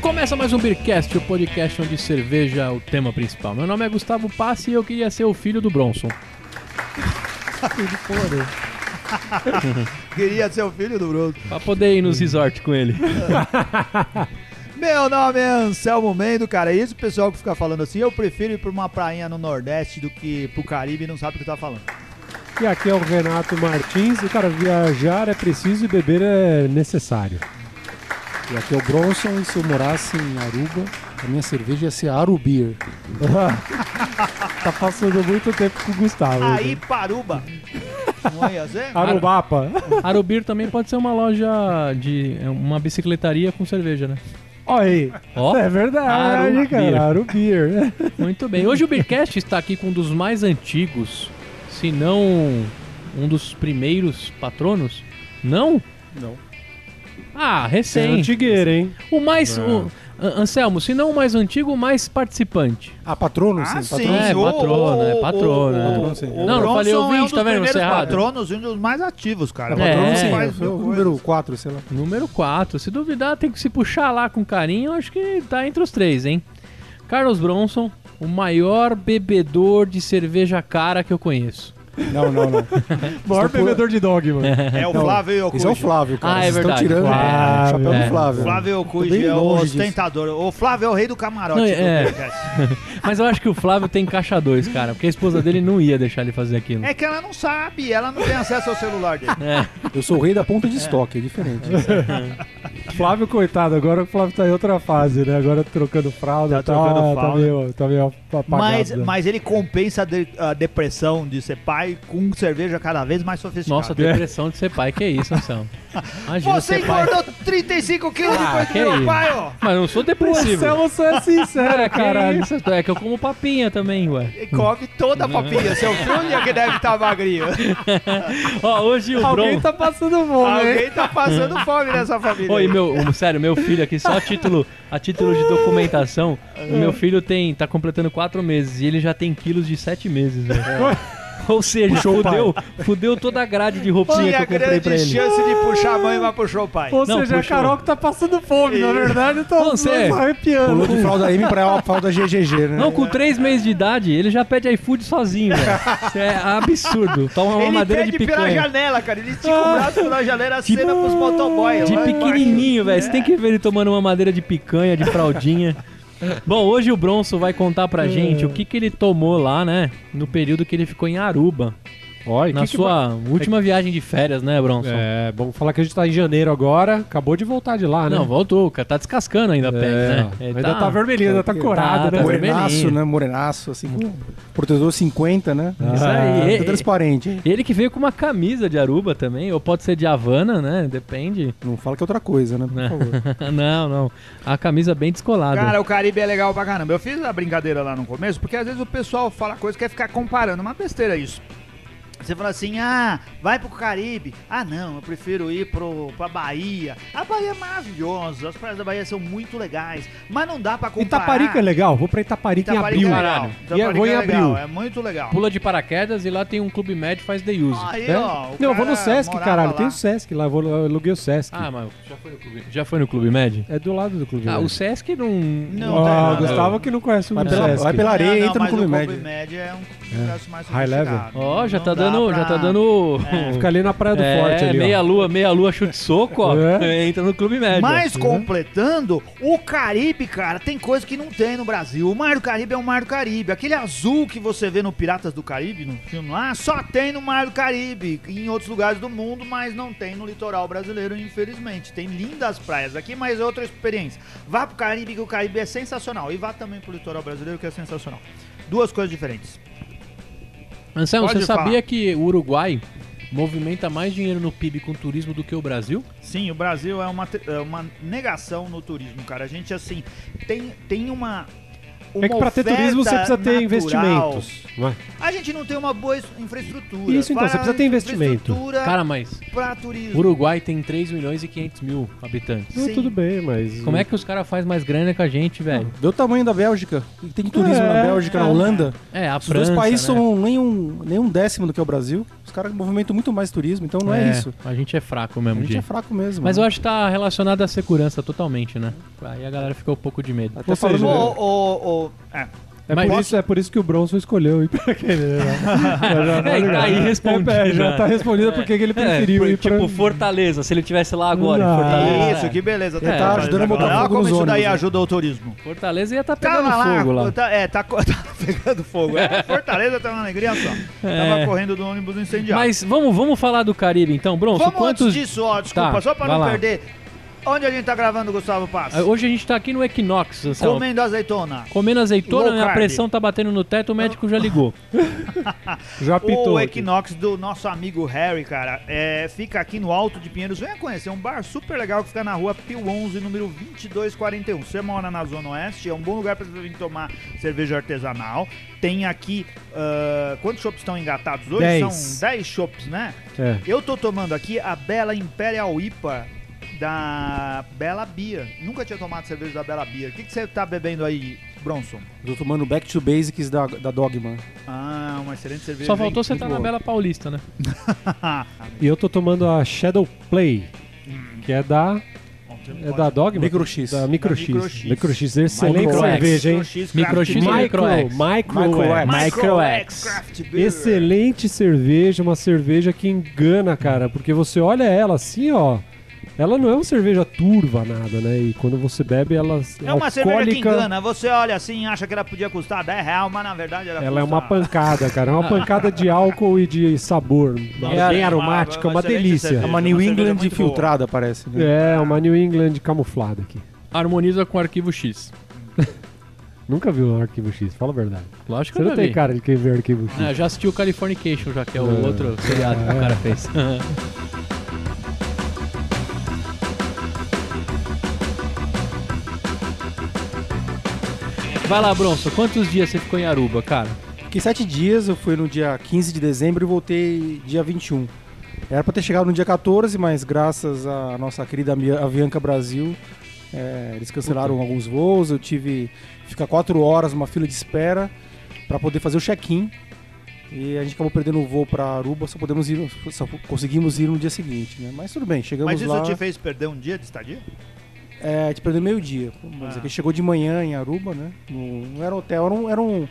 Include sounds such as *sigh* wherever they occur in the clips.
Começa mais um Beercast, o podcast onde cerveja é o tema principal. Meu nome é Gustavo Passi e eu queria ser o filho do Bronson. Queria ser o filho do Bruno. Pra poder ir nos resort com ele. Meu nome é Anselmo Mendo, cara. E isso o pessoal que fica falando assim, eu prefiro ir pra uma prainha no Nordeste do que pro Caribe e não sabe o que tá falando. E aqui é o Renato Martins. E, cara, viajar é preciso e beber é necessário. E aqui é o Bronson, e se eu morasse em Aruba, a minha cerveja ia ser Arubir. Tá passando muito tempo com o Gustavo. Aí, Paruba. Não ia ser? Ah, Arubapa. Arubir também pode ser uma loja de. é uma bicicletaria com cerveja, né? *laughs* Olha aí. Ó. É verdade, Arubir. cara. É Arubir. Muito bem. Hoje o Beercast está aqui com um dos mais antigos, se não um dos primeiros patronos. Não? Não. Ah, É recém. antigueira, hein? O mais. o- An- Anselmo, se não o mais antigo, o mais participante. Ah, patrono, Ah, sim. sim. Patrono. É, O- patrono, é o- patrono, o- é. o- Patrono, sim. o Não, não Bronson falei é um ouvinte, dos tá vendo? Você é primeiros errado. patronos e um dos mais ativos, cara. É, patrono, É. sim. Faz foi o coisa. número um. 4, sei lá. Número 4. Se duvidar, tem que se puxar lá com carinho. Acho que tá entre os três, hein? Carlos Bronson, o maior bebedor de cerveja cara que eu conheço. Não, não, *laughs* não. Maior Estou por- bebedor de *laughs* dogma. É o Não, Flávio Yokuji. Esse é o Flávio, cara. Ah, é Vocês estão verdade. tirando Flávio. o chapéu É. do Flávio. Flávio Yokuji bem é o longe disso. ostentador. O Flávio é o rei do camarote Não, do é. podcast. Mas eu acho que o Flávio tem caixa 2, cara, porque a esposa dele não ia deixar ele fazer aquilo. É que ela não sabe, ela não tem acesso ao celular dele. Eu sou o rei da ponta de estoque, é diferente. Flávio, coitado, agora o Flávio tá em outra fase, né? Agora trocando fralda Tá trocando tá, fralda. meio, tá meio apagado. Mas, né? mas ele compensa a, de- a depressão de ser pai com cerveja cada vez mais sofisticada. Nossa, depressão de ser pai, que isso, Anselmo. Imagina Você ser pai. engordou 35 quilos Ah, depois que que virou isso. pai, ó. Mas eu não sou O depressivo. Anselmo só *laughs* é sincero, Caralho, caralho. isso é que eu como papinha também, ué. E come toda a papinha. Seu filho é que deve estar magrinho. Ó, hoje o Alguém Bronson. tá passando fome, hein? Alguém tá passando fome nessa família. Oi, aí. meu, o- sério, meu filho aqui, só a título, a título de documentação, o meu filho tem, tá completando quatro meses e ele já tem quilos de sete meses, velho. É. Ou seja, fudeu, fudeu toda a grade de roupinha Tinha que eu comprei grande pra ele. chance de puxar a mãe, mas puxou o pai. Ou Não, seja, puxou. a Carol que tá passando fome, na verdade, eu tô Não, você- tô arrepiando. *laughs* Pulou de fralda M pra uma fralda GGG, né? Não, com três meses de idade, ele já pede iFood sozinho, velho. Isso é absurdo. Toma uma Ele madeira de pede pela picanha. janela, cara. Ele estica o braço pela janela, acena pros motoboys. De Lá pequenininho, velho. Você tem que ver ele tomando uma madeira de picanha, de fraldinha. Bom, hoje o Bronson vai contar pra É. gente o que, que ele tomou lá, né? No período que ele ficou em Aruba. Olha, Na sua última viagem de férias, né, Bronson? É, vamos falar que a gente tá em janeiro agora. Acabou de voltar de lá, né? Não, voltou. o cara Tá descascando ainda a pele, É, né? Ele ainda tá, vermelhinho, ainda tá tá corado, né? Morenaço, vermelhinho. né? Morenaço, assim, com protetor 50, né? Ah. Isso aí. Tá transparente. Ele que veio com uma camisa de Aruba também, ou pode ser de Havana, né? Depende. *laughs* Não fala que é outra coisa, né? Por favor. não, não. A camisa bem descolada. Cara, o Caribe é legal pra caramba. Eu fiz a brincadeira lá no começo, porque às vezes o pessoal fala coisa que quer ficar comparando. Uma besteira isso. Você fala assim, ah, vai pro Caribe. Ah, não, eu prefiro ir pro, pra Bahia. A Bahia é maravilhosa, as praias da Bahia são muito legais. Mas não dá pra comparar. Itaparica é legal. Vou pra Itaparica, Itaparica em é abril. legal. E eu vou em Itaparica é abril. legal, é muito legal. Pula de paraquedas e lá tem um clube médio que faz the use. Aí, É? ó, o Não, eu vou no cara Sesc, morava caralho. lá. Tem o Sesc lá, eu, vou, eu aluguei o Sesc. Ah, mas já foi no clube, já foi no clube médio? É do lado do clube. Ah, né? o Sesc não. Não, Ó, tá o errado. Gustavo que não conhece o Vai pela, Sesc. vai pela areia e não, entra no mas clube o médio. médio é um negócio mais High level. sofisticado. Ó, já Não tá dá dando. pra- Já tá dando. *laughs* Fica ali na Praia do É, Forte ali, ó. meia lua, meia lua chute soco, ó. É. Entra no clube médio. Mas completando, o Caribe, cara, tem coisa que não tem no Brasil. O Mar do Caribe é o Mar do Caribe. Aquele azul que você vê no Piratas do Caribe, no filme lá, só tem no Mar do Caribe. Em outros lugares do mundo, mas não tem no litoral brasileiro, infelizmente. Tem lindas praias aqui, mas é outra experiência. Vá pro Caribe, que o Caribe é sensacional. E vá também pro litoral brasileiro, que é sensacional. Duas coisas diferentes. Anselmo, Pode você falar. sabia que o Uruguai movimenta mais dinheiro no PIB com turismo do que o Brasil? Sim, o Brasil é uma, te- é uma negação no turismo, cara. A gente, assim, tem, tem uma. uma é que pra ter oferta turismo você precisa ter natural. investimentos. não é? A gente não tem uma boa is- infraestrutura. Isso, então, Fala você precisa ter em investimento. Infraestrutura Cara, mas pra turismo. Uruguai tem 3 milhões e 500 mil habitantes. Não, Sim. Tudo bem, mas. Como é que os caras fazem mais grana que a gente, velho? Deu o tamanho da Bélgica. Tem turismo na É, Bélgica, na é. Holanda. É, a Os França, dois países né? são nem um, nem um décimo do que é o Brasil. Os caras movimentam muito mais turismo, então não é, isso. A gente é fraco A mesmo, gente é Di. fraco mesmo. Mas eu né? acho que tá relacionado à segurança totalmente, né? Aí a galera ficou um pouco de medo. Até Ou falando, seja, Ô, né? ô, ô, é. É, Mas- por isso, é por isso que o Bronson escolheu ir pra *laughs* aquele, né? já, É, tá aí respondido, É, já né? tá respondido porque ele preferiu É, ir pra. tipo, Fortaleza, se ele tivesse lá agora. em Ah, Fortaleza. Isso, que beleza. É, tá ajudando a botar Olha fogo como nos isso daí ônibus, né? ajuda o turismo. Fortaleza ia estar tá pegando Tava lá, fogo lá. Tá, é, tá, co- *laughs* tá pegando *laughs* fogo. É, Fortaleza tá uma alegria só. É. Tava correndo do ônibus incendiado. Mas vamos, vamos falar do Caribe então, Bronson. Vamos quantos... antes disso, ó, desculpa, Tá, só pra vai não lá. perder. Onde a gente tá gravando, Gustavo Passo? Ah, Hoje a gente tá aqui no Equinox, Anselmo. Comendo azeitona. Comendo Low azeitona, minha carb. pressão tá batendo no teto, o médico já *laughs* ligou. Já pitou. O aqui. Equinox do nosso amigo Harry, cara, é, fica aqui no Alto de Pinheiros. Venha conhecer, é um bar super legal que fica na rua Pio 11, número 2241. Você mora na Zona Oeste, é um bom lugar pra você vir tomar cerveja artesanal. Tem aqui, ah, quantos shops estão engatados hoje? Dez. São 10 shops, né? É. Eu tô tomando aqui a Bela Imperial IPA da Bela Bia. Nunca tinha tomado cerveja da Bela Bia. O que, que você tá bebendo aí, Bronson? Tô tomando Back to Basics da, da Dogma. Ah, uma excelente cerveja. Só hein? faltou você estar na boa. Bela Paulista, né? *laughs* E eu tô tomando a Shadow Play, que é da. É da Dogma? Micro X. Da Micro Da X. Micro X. Micro X, excelente Micro X. cerveja, hein? Micro X, Micro X Craft ou Beer. Micro X? Micro, Micro X. X. Micro X. Craft Beer. Excelente cerveja, uma cerveja que engana, cara, porque você olha ela assim, ó. Ela não é uma cerveja turva, nada, né? E quando você bebe, ela É uma cerveja que alcoólica, engana. Você olha assim, acha que ela podia custar 10 reais, mas na verdade ela Ela é uma custa- pancada, cara. É uma pancada de álcool e de sabor. Nossa, bem uma- aromática, uma uma excelente delícia. É cerveja. uma New Uma cerveja England muito boa. filtrada, parece. Né? É, uma New England camuflada aqui. Harmoniza com o arquivo X. Nunca viu um arquivo X, fala a verdade. Lógico que Você eu não já tem vi. cara de quem vê arquivo X. Ah, já assisti o Californication, já que é o Ah. É. outro seriado que o cara *laughs* fez. Vai lá, Bronson, quantos dias você ficou em Aruba, cara? Fiquei sete dias, eu fui no dia 15 de dezembro e voltei dia 21. Era pra ter chegado no dia 14, mas graças à nossa querida Ami- Avianca Brasil, é, eles cancelaram alguns voos. Eu tive que ficar quatro horas numa fila de espera pra poder fazer o check-in. E a gente acabou perdendo o voo pra Aruba, só, podemos ir, só conseguimos ir no dia seguinte, né? Mas tudo bem, chegamos Mas isso lá. te fez perder um dia de estadia? É, a gente perdeu meio-dia. Vamos Ah. dizer que chegou de manhã em Aruba, né? No- não era hotel, era um, era um,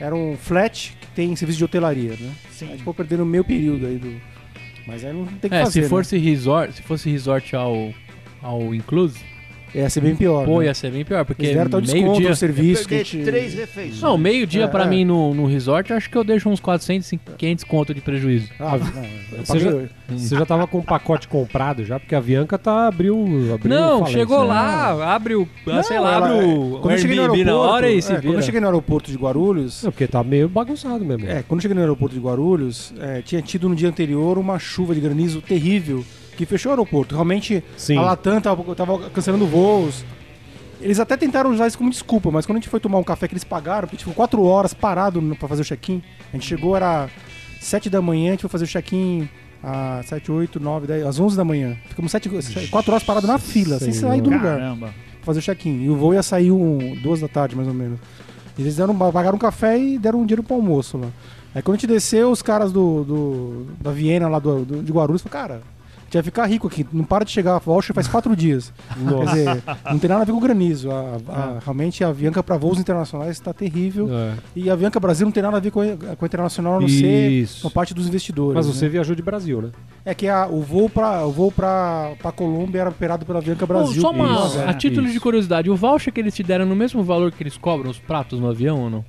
era um flat que tem serviço de hotelaria, né? Sim. A gente foi perdendo meio período aí do. Mas aí não tem que É, fazer. né? se fosse resort, se fosse resort ao ao inclusive, né? ia ser bem pior. pô, né? ia ser bem pior, porque Eles deram até o meio desconto dia no serviço. que a perder gente- três refeições. Não, meio dia É, pra é. mim no, no resort, eu acho que eu deixo uns 400, 500 conto de prejuízo. Ah, não, eu Você já- paguei- Você já tava com o pacote comprado já, porque a Bianca tá abriu, abriu não, falência, chegou né? lá, abre o, ah, sei lá, ela- é, abre o, o quando eu cheguei no Airbnb na aeroporto- hora e se é, Quando vira. eu cheguei no aeroporto de Guarulhos, Não, porque tá meio bagunçado mesmo. É, quando eu cheguei no aeroporto de Guarulhos, é, tinha tido no dia anterior uma chuva de granizo terrível que fechou o aeroporto. Realmente, Sim. a Latam tava, tava cancelando voos. Eles até tentaram usar isso como desculpa, mas quando a gente foi tomar um café que eles pagaram, porque a gente ficou quatro horas parado no- pra fazer o check-in. A gente chegou, era sete da manhã, a gente foi fazer o check-in às sete, oito, nove, dez, às onze da manhã. Ficamos sete, quatro horas parado na fila, sem Senhor. sair do lugar Caramba. fazer o check-in. E o voo ia sair um, duas da tarde, mais ou menos. E Eles deram, pagaram um café e deram um dinheiro pro almoço lá. Aí quando a gente desceu, os caras do, do- da Viena, lá do, do- de Guarulhos, falaram, cara, a gente vai ficar rico aqui, não para de chegar, voucher faz *laughs* quatro dias. Quer Nossa. Ah. dizer, não tem nada a ver com o granizo. A- a- realmente a Avianca para voos internacionais está terrível. É. E a Avianca Brasil não tem nada a ver com, a- com a internacional, a não ser Isso. uma parte dos investidores. Mas né? você viajou de Brasil, né? É que a- o voo para o voo pra, pra Colômbia era operado pela Avianca Bom, Brasil. só uma, Isso, a é. título de Isso. curiosidade, o voucher que eles te deram é no mesmo valor que eles cobram os pratos no avião ou não?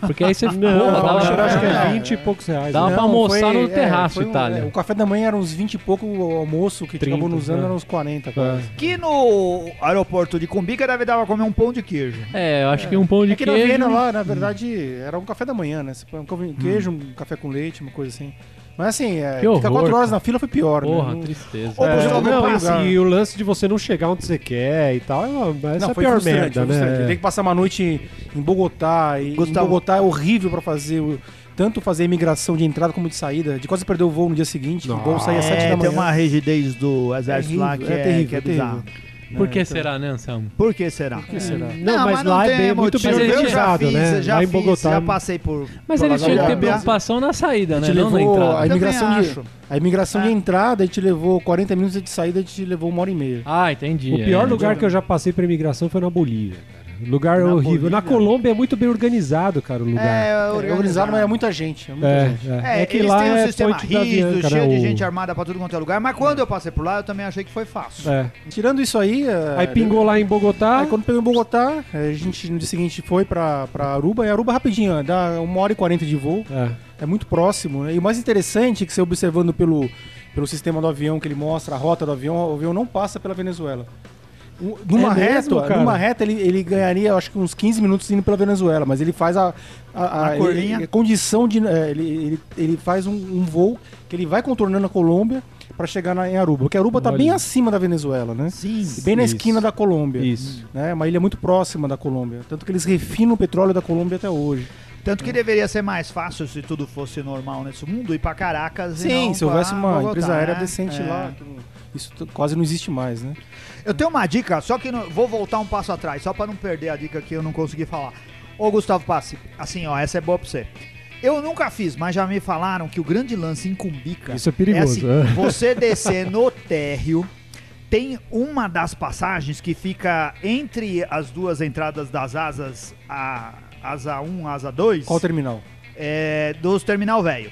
Porque aí *laughs* você Pô, Porra, não, dava acho- não, pra- acho que não, é não. 20 e poucos reais. Dá né? pra almoçar no terraço, foi um- Itália. é, o café da manhã era uns 20 e pouco, o almoço que 30, acabou nos usando né? era uns 40, É. quase. Que no aeroporto de Cumbica deve dar pra comer um pão de queijo. É, eu acho que um pão de É que na queijo. né? Hum. Viena lá, na verdade, era um café da manhã, né? Você põe um café- queijo, um café com um leite, uma coisa assim. Mas assim, é, Que ficar horror, quatro cara. horas na fila foi pior, Porra, né? Não- tristeza. Ô, Gustavo, não, passa- e o cara- E É, assim, o lance de você não chegar onde você quer e tal, é uma, essa é Não, a foi pior frustrante, merda, foi frustrante. Tem né? que passar uma noite em Bogotá. E Gustavo- Em Bogotá é horrível pra fazer. o- Tanto fazer a imigração de entrada como de saída. De quase perder o voo no dia seguinte. que O voo saía às sete É, da tem manhã. uma rigidez do exército lá que terrível, é, é terrível, que é é então. terrível. bizarro. Por que será, né, Anselmo? Por que será? O que será? Não, mas lá é bem- muito motivo. bem Eu já organizado, fiz, né? já Lá em fiz, Bogotá- já passei por... Mas Pra eles tinham que ter Laguna. preocupação na saída, A né? gente Não na levou a entrada. Também imigração, de, acho. a imigração É. de entrada, a gente levou 40 minutos e de saída, a gente levou uma hora e meia. Ah, entendi. O pior é. lugar que eu já passei pra imigração foi na Bolívia, cara. Lugar Na horrível. Na Bolívia? Colômbia é muito bem organizado, cara, o lugar. É, organizado, né? mas é muita gente. É muita gente. É, que eles lá têm um é sistema Ponte da rígido, Avianca, cheio né, de o- gente armada pra tudo quanto é lugar, mas quando eu passei por lá, eu também achei que foi fácil. É. Tirando isso aí. é, Aí pingou lá em Bogotá. Aí quando pegou em Bogotá, a gente no dia seguinte foi pra, pra Aruba. E Aruba rapidinho, dá uma hora e quarenta de voo. É. É muito próximo, né? E o mais interessante é que você observando pelo, pelo sistema do avião que ele mostra, a rota do avião, o avião não passa pela Venezuela. Um- Numa É mesmo, reta, cara? numa reta ele, ele ganharia acho que uns 15 minutos indo pela Venezuela, mas ele faz a, a, Na ele- curvinha? ele- condição de é, ele, ele, ele faz um, um voo que ele vai contornando a Colômbia para chegar na, em Aruba, porque Aruba está Olha. bem acima da Venezuela, né? Sim. Bem na Isso. esquina da Colômbia. Isso. Né? Uma ilha muito próxima da Colômbia. Tanto que eles refinam o petróleo da Colômbia até hoje. Tanto que deveria ser mais fácil se tudo fosse normal nesse mundo, ir pra Caracas e Sim, não se houvesse pra uma Bogotá, empresa aérea né? decente É. lá, que não- isso t- quase não existe mais, né? Eu tenho uma dica, só que não- vou voltar um passo atrás, só pra não perder a dica que eu não consegui falar. Ô Gustavo Passe, assim ó, essa é boa pra você. Eu nunca fiz, mas já me falaram que o grande lance em Cumbica Isso é assim, perigoso, é. você descer no térreo, tem uma das passagens que fica entre as duas entradas das asas, a asa 1, asa 2 Qual o terminal? é, dos Terminal Velho.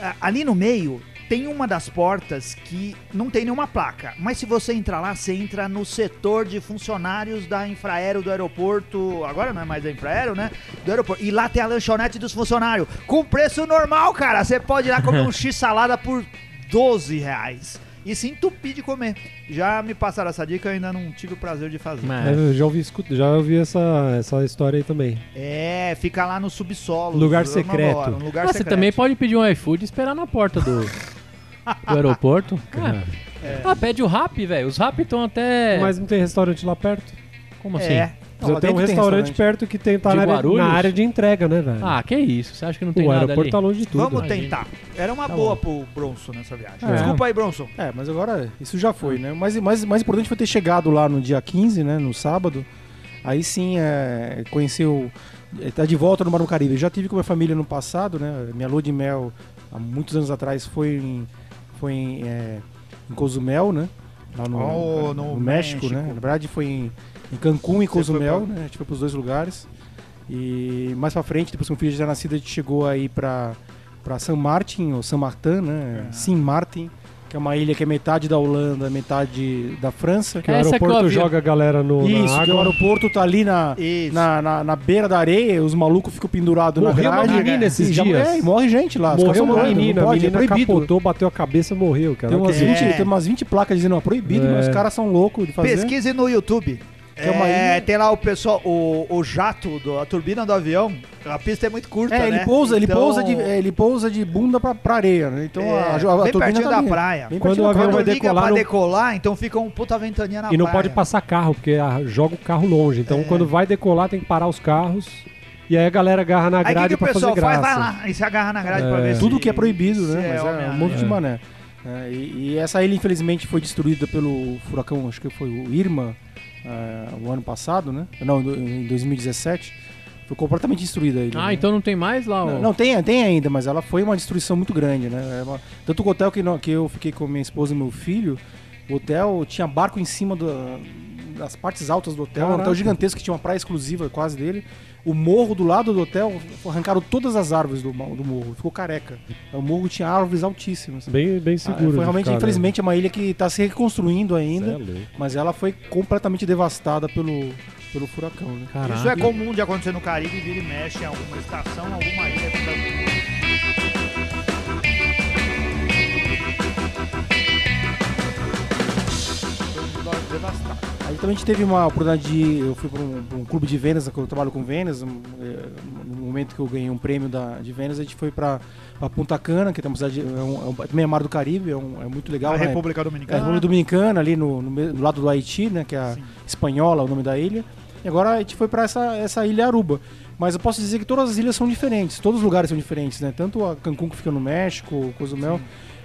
Ah, Ali no meio tem uma das portas que não tem nenhuma placa, mas se você entrar lá, você entra no setor de funcionários da Infraero do aeroporto. Agora não é mais da Infraero, né? Do aeroporto. E lá tem a lanchonete dos funcionários com preço normal, cara. Você pode ir lá *laughs* comer um x-salada por 12 reais. E se entupir de comer. Já me passaram essa dica, eu ainda não tive o prazer de fazer. Mas- É, eu já ouvi, escu- já ouvi essa, essa história aí também. É, fica lá no subsolo. Lugar é uma secreto. hora, um lugar Ah, você secreto. também pode pedir um iFood e esperar na porta do, do aeroporto. Cara. Ah, ah, pede o rap, velho. Os rap estão até. Mas não tem restaurante lá perto? Como assim? É, Não, Precisa lá ter um dentro tem restaurante restaurante. perto que tem tá De na, área, Guarulhos? na área de entrega, né, velho? Ah, que isso? Você acha que não tem o nada aeroporto ali? tá longe de tudo. Vamos Imagina. tentar. Era uma Tá boa pro Bronson nessa viagem. É. Desculpa aí, Bronson. É, mas agora isso já foi, né? Mas mais, mais importante foi ter chegado lá no dia 15, né? No sábado. Aí sim, é, conheceu. é, Tá de volta no Mar do Caribe. Eu já tive com minha família no passado, né? Minha lua de mel, há muitos anos atrás, foi em, foi em, é, em Cozumel, né? Lá no, Oh, no no, México, México. né? Na verdade, foi em, em Cancún e Cozumel, foi né? A gente foi pros dois lugares. E mais pra frente, depois que meu filho já era nascido, a gente chegou aí pra, pra San Martin, ou San Martin, né? É. Sim Martin, que é uma ilha que é metade da Holanda, metade da França. Que é o Essa que eu aeroporto havia- joga a galera no, é Isso, na que o água. aeroporto tá ali na, Isso. na, na, na beira da areia, os malucos ficam pendurados na Morreu uma grade. menina esses E já- dias. É, e morre gente lá. os caras Morreu são uma doidos, menina, não a pode, é menina proibido. capotou, bateu a cabeça e morreu, cara. Tem umas, É. 20, tem umas 20 placas dizendo, ó, proibido, É. mas os caras são loucos de fazer. Pesquise no YouTube. é uma É, ilha- tem lá o pessoal, o, o jato, do- a turbina do avião. A pista é muito curta, É, né? ele pousa, ele Então, pousa de, é, ele pousa de bunda pra, pra areia, né? Então É, a, a, a bem turbina pertinho tá da ali. praia. Bem Quando pertinho o da avião praia. Quando vai liga decolar, pra não- decolar, então fica um puta ventania na E não praia. é. pode passar carro, porque ah, joga o carro longe. Então quando vai decolar, tem que parar os carros. E aí a galera agarra na Aí o que, grade que o pra pessoal fazer faz? graça. Vai lá e se agarra na grade pra É. ver se- Tudo que é proibido, se né? Mas é, um Homem-Aranha. monte de mané. É, e, e essa ilha, infelizmente, foi destruída pelo furacão, acho que foi o Irma, é, o ano passado, né? Não, do- em 2017. Foi completamente destruída a ilha. Ah, né? então não tem mais lá? Não, o- não, tem, tem ainda, mas ela foi uma destruição muito grande, né? É uma- tanto o hotel que, nó- que eu fiquei com minha esposa e meu filho, o hotel tinha barco em cima da- das partes altas do hotel, um Caraca. hotel gigantesco que tinha uma praia exclusiva quase dele. O morro do lado do hotel, arrancaram todas as árvores do, mo- do morro, ficou careca. O morro tinha árvores altíssimas. Bem, bem Ah, seguro. de foi realmente, ficar, né? infelizmente, é uma ilha que está se reconstruindo Cê é ainda, louco. mas ela foi completamente devastada pelo, pelo furacão, né? Caraca. Isso é comum de acontecer no Caribe, vira e mexe em alguma estação, alguma ilha. tá- Devastado. Aí então, também a gente teve uma oportunidade de. Eu fui para um, pra um clube de vendas, que eu trabalho com vendas, um, é, um- um momento que eu ganhei um prêmio da, de Vênus, a gente foi pra, pra Punta Cana, que tem uma cidade, é um, é um- também é Mar do Caribe, é, um- é muito legal. a né? República É, a Dominicana. República Dominicana, ali no, no me- do lado do Haiti, né? Que é a Sim. espanhola, o nome da ilha. E agora a gente foi pra essa, essa ilha Aruba. Mas eu posso dizer que todas as ilhas são diferentes, todos os lugares são diferentes, né? Tanto a Cancún que fica no México, Cozumel.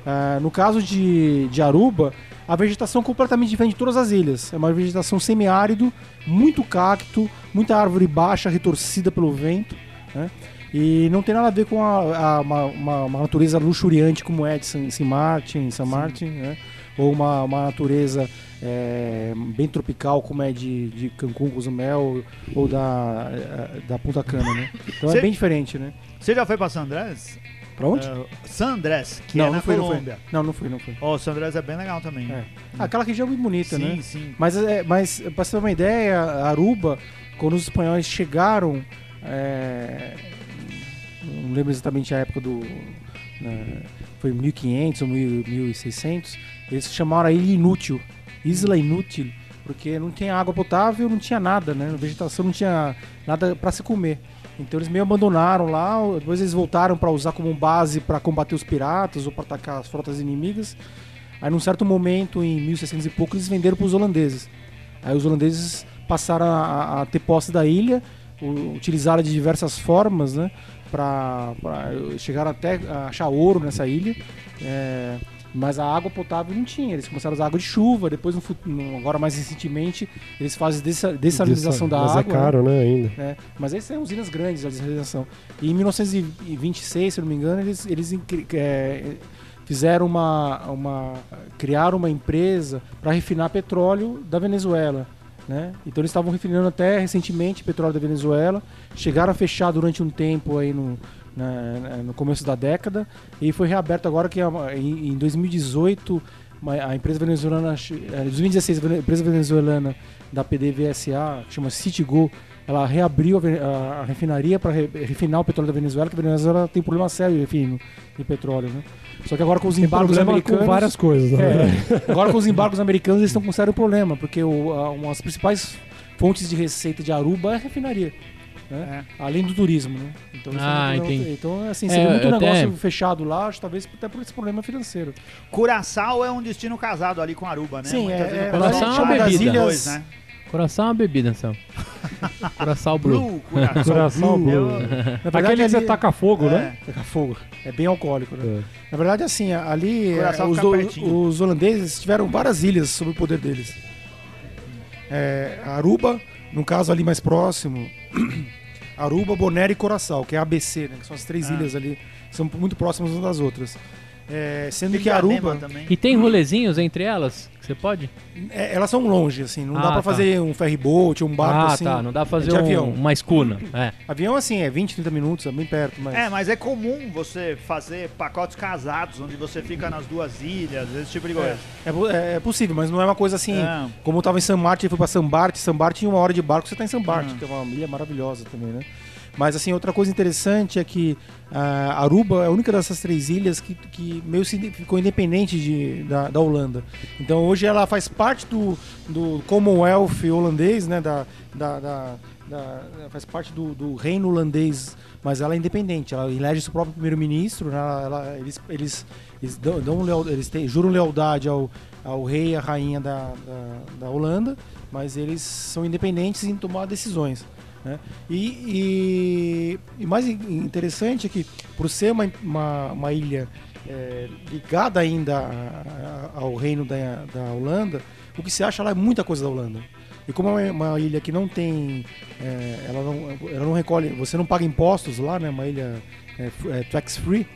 Ah, no caso de, de Aruba, a vegetação é completamente diferente de todas as ilhas. É uma vegetação semiárido, muito cacto, muita árvore baixa, retorcida pelo vento, né? E não tem nada a ver com a, a- uma, uma- uma natureza luxuriante como é de San, San Martin, San Martin, né? Ou uma, uma natureza é, bem tropical como é de, de Cancún, Cozumel ou da, eh, da Punta Cana, né? Então Cê- é bem diferente, né? Você já foi pra San Andrés? Pra onde? É, San Andrés, que não, é na não foi, não Colômbia. foi. Não, não foi, não foi. Ó, o San Andrés é bem legal também. É. Aquela região é muito bonita, sim, né? sim. Mas, é, mas pra você ter uma ideia, Aruba, quando os espanhóis chegaram, é, não lembro exatamente a época do. né, foi 1500 ou 1000 1600, eles chamaram a ilha inútil, Isla Inútil, porque não tinha água potável, não tinha nada, né? Vegetação não tinha nada pra se comer. Então eles meio abandonaram lá, depois eles voltaram pra usar como base pra combater os piratas ou pra atacar as frotas inimigas. Aí num certo momento, em 1600 e pouco, eles venderam para os holandeses. Aí os holandeses passaram a, a- a ter posse da ilha, u- utilizaram de diversas formas, né? Pra, pra- chegaram até a achar ouro nessa ilha. é, mas a água potável não tinha. Eles começaram a usar água de chuva. Depois, no, fu- no- agora mais recentemente, eles fazem dessa, dessalinização da mas água. é né? caro, né, ainda. né? Mas eles são usinas grandes, a dessalinização. E em 1926, se eu não me engano, eles, eles incri- é, fizeram uma, uma. criaram uma empresa para refinar petróleo da Venezuela. Né? Então eles estavam refinando até recentemente petróleo da Venezuela, chegaram a fechar durante um tempo aí no, na- na- no começo da década e foi reaberto agora que é uma- em, em 2018 uma- a empresa venezuelana, che- eh, 2016 a empresa venezuelana da PDVSA, que chama Citigo, ela reabriu a, ve- a- a refinaria para refinar o petróleo da Venezuela, que a Venezuela tem problema sério de refino de petróleo, né? Só que agora com os Tem embargos problema americanos com várias coisas, *laughs* né? é. Agora com os embargos americanos eles estão com sério problema, porque o, a- uma das principais fontes de receita de Aruba é a refinaria. né? Além do turismo, né? Então, eles Ah, têm um problema- entendi. Então, assim, É, você vê muito eu negócio até- fechado lá, acho, talvez até por esse problema financeiro. Curaçao é um destino casado ali com Aruba, né? Sim, Muitas é- vezes é- o Curaçao pessoal é uma chama das bebida. Dois, né? Coração é uma bebida, Anselmo. Coração Blue. Blue, Curaçao. Coração Blue. Na tá Aquele que ali- você taca fogo, É. né? Taca fogo. É bem alcoólico, né? É. Na verdade, assim, ali eh, Curaçao os, fica do- pertinho. os holandeses tiveram várias ilhas sob o poder deles. É, Aruba, no caso ali mais próximo, *clears throat* Aruba, Bonaire e Coraçal, que é ABC, né? Que são as três Ah. ilhas ali, são muito próximas umas das outras. É, sendo Tem que Aruba, Ipanema também. E tem rolezinhos entre elas? Que você pode? é, elas são longe, assim, não Ah, dá pra tá. fazer um ferryboat, um barco ah, assim. tá. Não dá pra fazer de um- avião. uma escuna. É. Avião, assim, é 20, 30 minutos, é bem perto, mas. É, mas é comum você fazer pacotes casados, onde você fica nas duas ilhas, esse tipo de coisa. É, po- é- é possível, mas não é uma coisa assim. É. Como eu tava em San Martin, eu fui pra San Martin, San Martin em uma hora de barco, você tá em San Martin, que é uma ilha maravilhosa também, né? Mas assim, outra coisa interessante é que ah, Aruba é a única dessas três ilhas que, que meio se inde- ficou independente de, da, da Holanda. Então hoje ela faz parte do, do Commonwealth holandês, né? Da, da- da- da- faz parte do, do reino holandês, mas ela é independente. Ela elege seu próprio primeiro-ministro, né? Ela- ela- eles, eles, eles, dão, dão um leal- eles têm- juram lealdade ao, ao rei e à rainha da, da, da Holanda, mas eles são independentes em tomar decisões. né? E, e, e mais in- interessante é que, por ser uma, uma, uma ilha é, ligada ainda a- a- ao reino da, da Holanda, o que se acha lá é muita coisa da Holanda. E como é uma uma ilha que não tem. é, ela, não, ela não recolhe. Você não paga impostos lá, né? Uma ilha é, fu- é, tax free.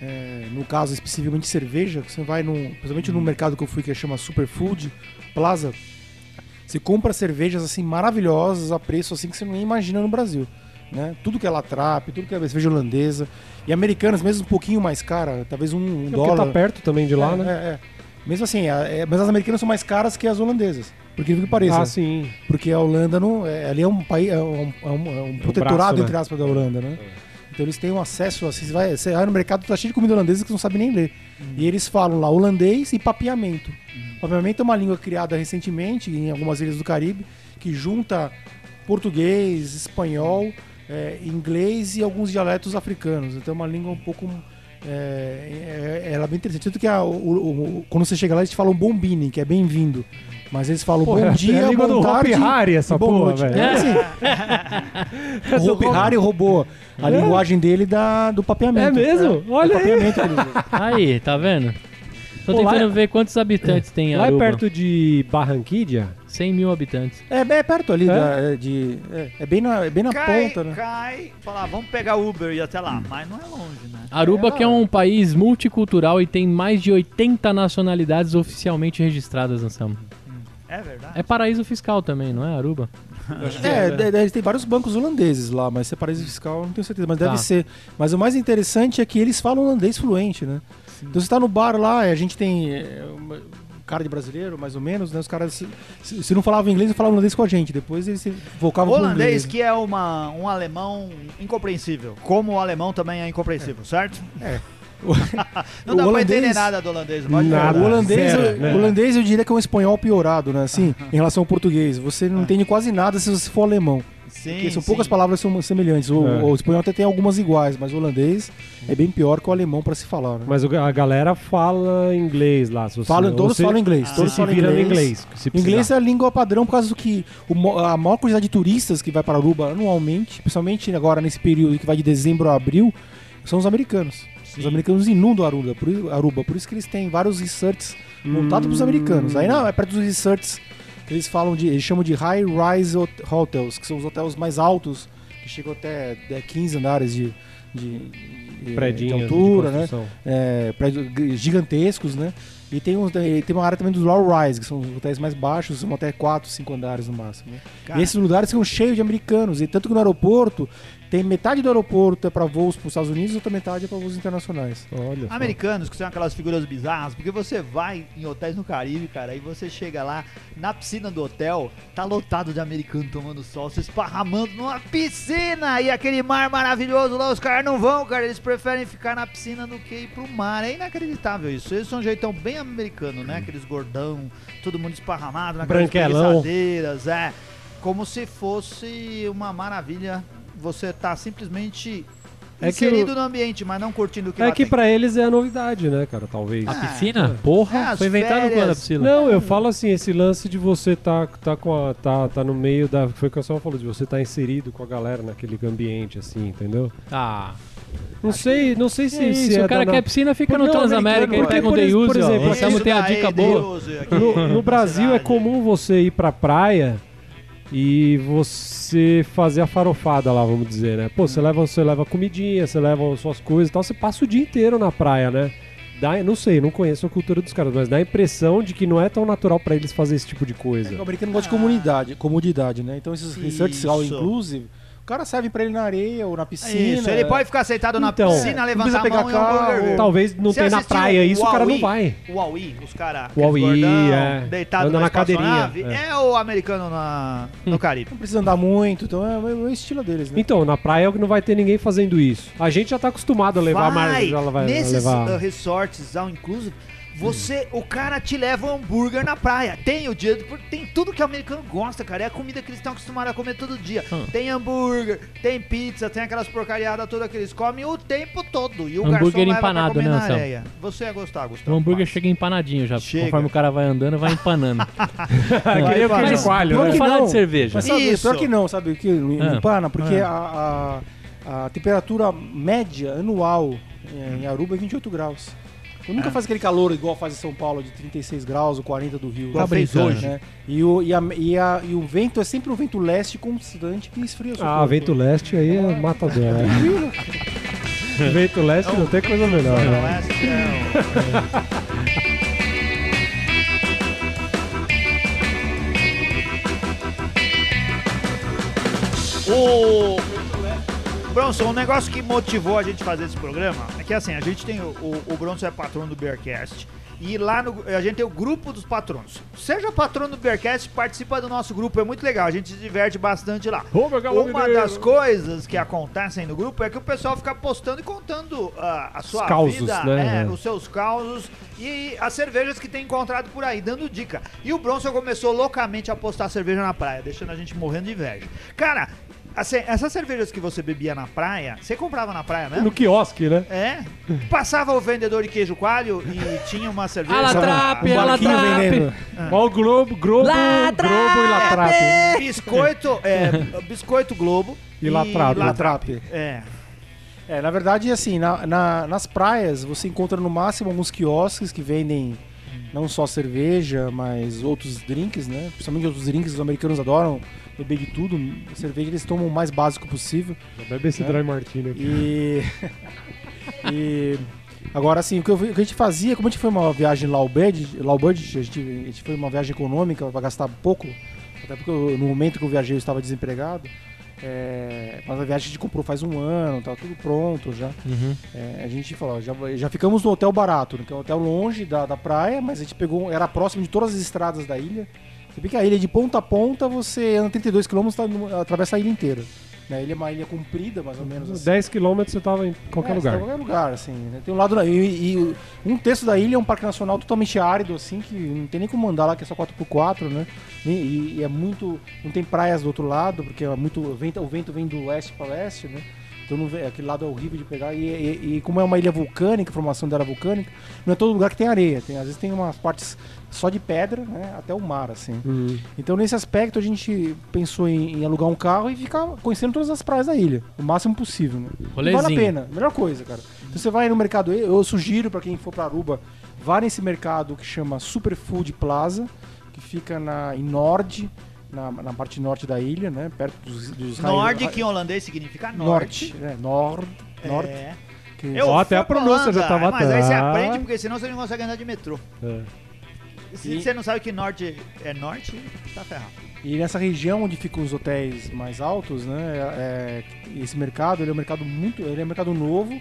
É, no caso especificamente cerveja, que você vai num, principalmente Hum. no mercado que eu fui que chama Superfood Plaza, você compra cervejas assim maravilhosas a preço assim que você nem imagina no Brasil, né? Tudo que é latrap, tudo que é cerveja holandesa e americanas mesmo um pouquinho mais cara, talvez um, um É porque dólar tá perto também de lá, É, né? é, é. Mesmo assim, a- é- mas as americanas são mais caras que as holandesas, porque que pareça. né? Ah, sim. Porque a Holanda não. É, ali é um país. É um, é um- é um protetorado, braço, né? É. entre aspas, da Holanda, né? Então eles têm um acesso. Assim, você, vai, você vai no mercado, tá cheio de comida holandesa que você não sabe nem ler. Uhum. E eles falam lá holandês e papiamento. Papiamento é uma língua criada recentemente em algumas ilhas do Caribe, que junta português, espanhol é, inglês e alguns dialetos africanos. Então é uma língua um pouco. É, é- ela é bem interessante. Tanto que a- o- o- o- quando você chega lá, eles falam bombini, que é bem-vindo. Mas eles falam Porra, é bom a dia, língua do bom Hopi tarde Hari, e essa boa porra, noite. velho. É *laughs* assim. do Hopi Hopi- Hari é um roubou. A linguagem dele da, do papeamento. É mesmo? Olha do aí. papeamento que eles *laughs* usam. Aí, tá vendo? Tô Pô, lá tentando é- ver quantos habitantes tem Lá é Aruba. perto de Barranquilla? 100 mil habitantes. É, é perto ali, É? da- é de, é, é bem na, é bem na cai, ponta, né? Hum. cai, falar, vamos pegar Uber e ir até lá. Mas não é longe, né? Aruba que é um país multicultural e tem mais de 80 nacionalidades oficialmente registradas, Anselmo. É verdade. É paraíso fiscal também, não é Aruba? É, de- de- tem vários bancos holandeses lá, mas se é paraíso fiscal, eu não tenho certeza, mas Tá. deve ser. Mas o mais interessante é que eles falam holandês fluente, né? Então você tá no bar lá, a gente tem é, uma- cara de brasileiro, mais ou menos, né? Os caras, se- se, se não falavam inglês, não falavam holandês com a gente. Depois eles se focavam pro Holandês, inglês. que é uma, um alemão incompreensível. Como o alemão também é incompreensível, certo? É. *laughs* não O dá pra holandês- entender nada do holandês. Pode Cara, Nada. né? o holandês, zero, eu, né? o holandês eu diria que é um espanhol piorado, né? Assim, em relação ao português. Você não entende quase nada se você for alemão. Porque Sim, são sim. poucas palavras são semelhantes. O, É. o espanhol até tem algumas iguais, mas o holandês é bem pior que o alemão para se falar. Né? Mas o- a galera fala inglês lá. se você- Fala, ou todos você- falam inglês. Você todos se falam vira no inglês. se O Inglês precisar. é a língua padrão por causa do que o mo- a maior quantidade de turistas que vai para Aruba anualmente, principalmente agora nesse período que vai de dezembro a abril, são os americanos. Os americanos inundam Aruba por, i- Aruba, por isso que eles têm vários resorts montados Hum, para os é americanos. Aí não, é perto dos resorts, eles falam de, eles chamam de high rise hot- hotels, que são os hotéis mais altos, que chegam até é, 15 andares de, de, de- de Predinhos de altura, né? construção. é, prédios g- gigantescos, né? E tem, uns, e tem uma área também dos low rise, que são os hotéis mais baixos, são até 4, 5 andares no máximo. né? Cara. E esses lugares ficam cheios de americanos. E tanto que no aeroporto, tem metade do aeroporto é para voos para os Estados Unidos, outra metade é para voos internacionais. Olha só. Americanos, que são aquelas figuras bizarras, porque você vai em hotéis no Caribe, cara, e você chega lá, na piscina do hotel, tá lotado de americano tomando sol, se esparramando numa piscina, e aquele mar maravilhoso lá, os caras não vão, cara, eles preferem ficar na piscina do que ir pro mar, é inacreditável isso, eles são um jeitão bem americano, né, aqueles gordão, todo mundo esparramado, naquelas Branquelão. preguiçadeiras, é, como se fosse uma maravilha, você tá simplesmente... É que inserido o- no ambiente, mas não curtindo o que É lá que tem. pra eles é a novidade, né, cara? Talvez. A Ah, piscina? Porra, é, as foi inventado férias. quando a né? piscina? Não, eu falo assim, esse lance de você tá, tá, com a, tá, tá no meio da. Foi o que a senhora falou, de você tá inserido com a galera naquele ambiente, assim, entendeu? Ah, Não sei, não sei se, é se isso, o é cara da na- quer piscina, fica Por- no não, Transamérica e americano, pega um porque, day por use, ó. exemplo, O Anselmo tem a daí, dica boa. Deus, aqui, No, no na Brasil é cidade. comum você ir pra praia e você fazer a farofada lá, vamos dizer, né? Pô, você leva, você leva comidinha, você leva suas coisas e tal, você passa o dia inteiro na praia, né? Dá, não sei, não conheço a cultura dos caras, mas dá a impressão de que não é tão natural pra eles fazer esse tipo de O coisa. americano gosta de comunidade, comodidade, né? Então esses resorts all Isso. É inclusive, o cara serve para ele na areia ou na piscina. é, Isso, ele pode ficar sentado na né? Então, piscina, não levantar precisa a mão pegar e um hambúrguer. carro. verde. Talvez não Você tenha na assistiu praia isso, o cara Huawei? não vai. O Huawei, os caras. Huawei, é. Deitado Anda numa na cadeirinha, espaçonave, É. o americano na, no Caribe. Não precisa andar muito, então é, é o estilo deles, né? Então, na praia não vai ter ninguém fazendo isso. A gente já tá acostumado a levar mais. já vai Nesses *laughs* levar- uh, resorts all inclusive, você, o cara te leva um hambúrguer na praia. Tem o dia, porque tem tudo que o americano gosta, cara. É a comida que eles estão acostumados a comer todo dia. Hum. Tem hambúrguer, tem pizza, tem aquelas porcariadas todas que eles comem o tempo todo. E o garçom Hambúrguer leva pra empanado, comer né, na Anselmo? areia. Você ia gostar, Gustavo. O hambúrguer Vai. chega empanadinho já. Chega. Conforme o cara vai andando, vai empanando. que nem o Mas- queijo coalho, né? pior Vamos que falar não. de cerveja. Mas sabe, Isso. pior que não, sabe o que? Ah. Limpana, porque Ah. a, a- a temperatura média anual é, em Aruba é 28 graus. Então É. nunca faz aquele calor igual faz em São Paulo, de 36 graus ou 40 do Rio. Tá fez brincando. hoje. né? E, o, e, a- e a- e o vento é sempre um vento leste constante que esfria o seu Ah, corpo. vento leste aí é matador. Né? *laughs* vento leste não tem coisa melhor. Não, Né? essa é o- O Bronson, um negócio que motivou a gente a fazer esse programa é que assim, a gente tem o, o, o Bronson é patrono do Bearcast e lá no, a gente tem o grupo dos patronos. Seja patrono do Bearcast, participa do nosso grupo, é muito legal, a gente se diverte bastante lá. Uma das coisas que acontecem no grupo é que o pessoal fica postando e contando ah, a sua causos, vida, né? é, os seus causos e as cervejas que tem encontrado por aí, dando dica. E o Bronson começou loucamente a postar cerveja na praia, deixando a gente morrendo de inveja. Cara, assim, essas cervejas que você bebia na praia, você comprava na praia No mesmo? quiosque, né? É? Passava o vendedor de queijo coalho e tinha uma cerveja. Alatrape, Um barquinho Alatrape. vendendo. Ó o Globo, Globo, Globo e Latrape. Biscoito, é, biscoito Globo E Latrape. Latrape. É. É, na verdade, assim, na- na- nas praias você encontra no máximo alguns quiosques que vendem não só cerveja, mas outros drinks, né? Principalmente outros drinks, os americanos adoram beber de tudo. Cerveja eles tomam o mais básico possível. Bebe É. esse Dry Martini aqui. E. *laughs* e. Agora, assim, o que, eu vi- o que a gente fazia, como a gente foi uma viagem low budget, low budget, a, gente, a gente foi uma viagem econômica para gastar pouco, até porque eu- no momento que eu viajei eu estava desempregado. é, mas a viagem a gente comprou faz um ano, tá tudo pronto já. Uhum. É, a gente falou, já, já ficamos no hotel barato, né, que é um hotel longe da, da praia, mas a gente pegou, um, era próximo de todas as estradas da ilha. Você vê que a ilha é de ponta a ponta, você anda 32 km, tá no- atravessa a ilha inteira. né, A ilha é uma ilha comprida, mais ou menos assim. 10 km você tava em qualquer É, você tá lugar. em qualquer lugar, assim. né? Tem um lado. da- E, e um terço da ilha é um parque nacional totalmente árido, assim, que não tem nem como andar lá, que é só 4x4, né? E, e- e é muito. Não tem praias do outro lado, porque é muito. O vento, o vento vem do oeste para leste, né? Então não vê- aquele lado é horrível de pegar. E, e- e como é uma ilha vulcânica, a formação dela é vulcânica, não é todo lugar que tem areia. Tem, às vezes tem umas partes só de pedra, né? Até o mar, assim. Hum. Então, nesse aspecto, a gente pensou em, em alugar um carro e ficar conhecendo todas as praias da ilha, o máximo possível. Né? Rolezinho. Vale a pena, melhor coisa, cara. Então, você vai no mercado, eu sugiro para quem for para Aruba, vá nesse mercado que chama Superfood Plaza, que fica na, em Nord, na, na parte norte da ilha, né? perto dos, dos Nord, que em holandês significa norte. Norte, né? Nord. Norte. É. que- Eu Ó, até fui a pronúncia pra já tava É. Holanda, Mas aí você atrás. aprende, porque senão você não consegue andar de metrô. Se E- você não sabe que norte é norte, tá ferrado. E nessa região onde ficam os hotéis mais altos, né? é- esse mercado, ele é um mercado muito, ele é um mercado novo,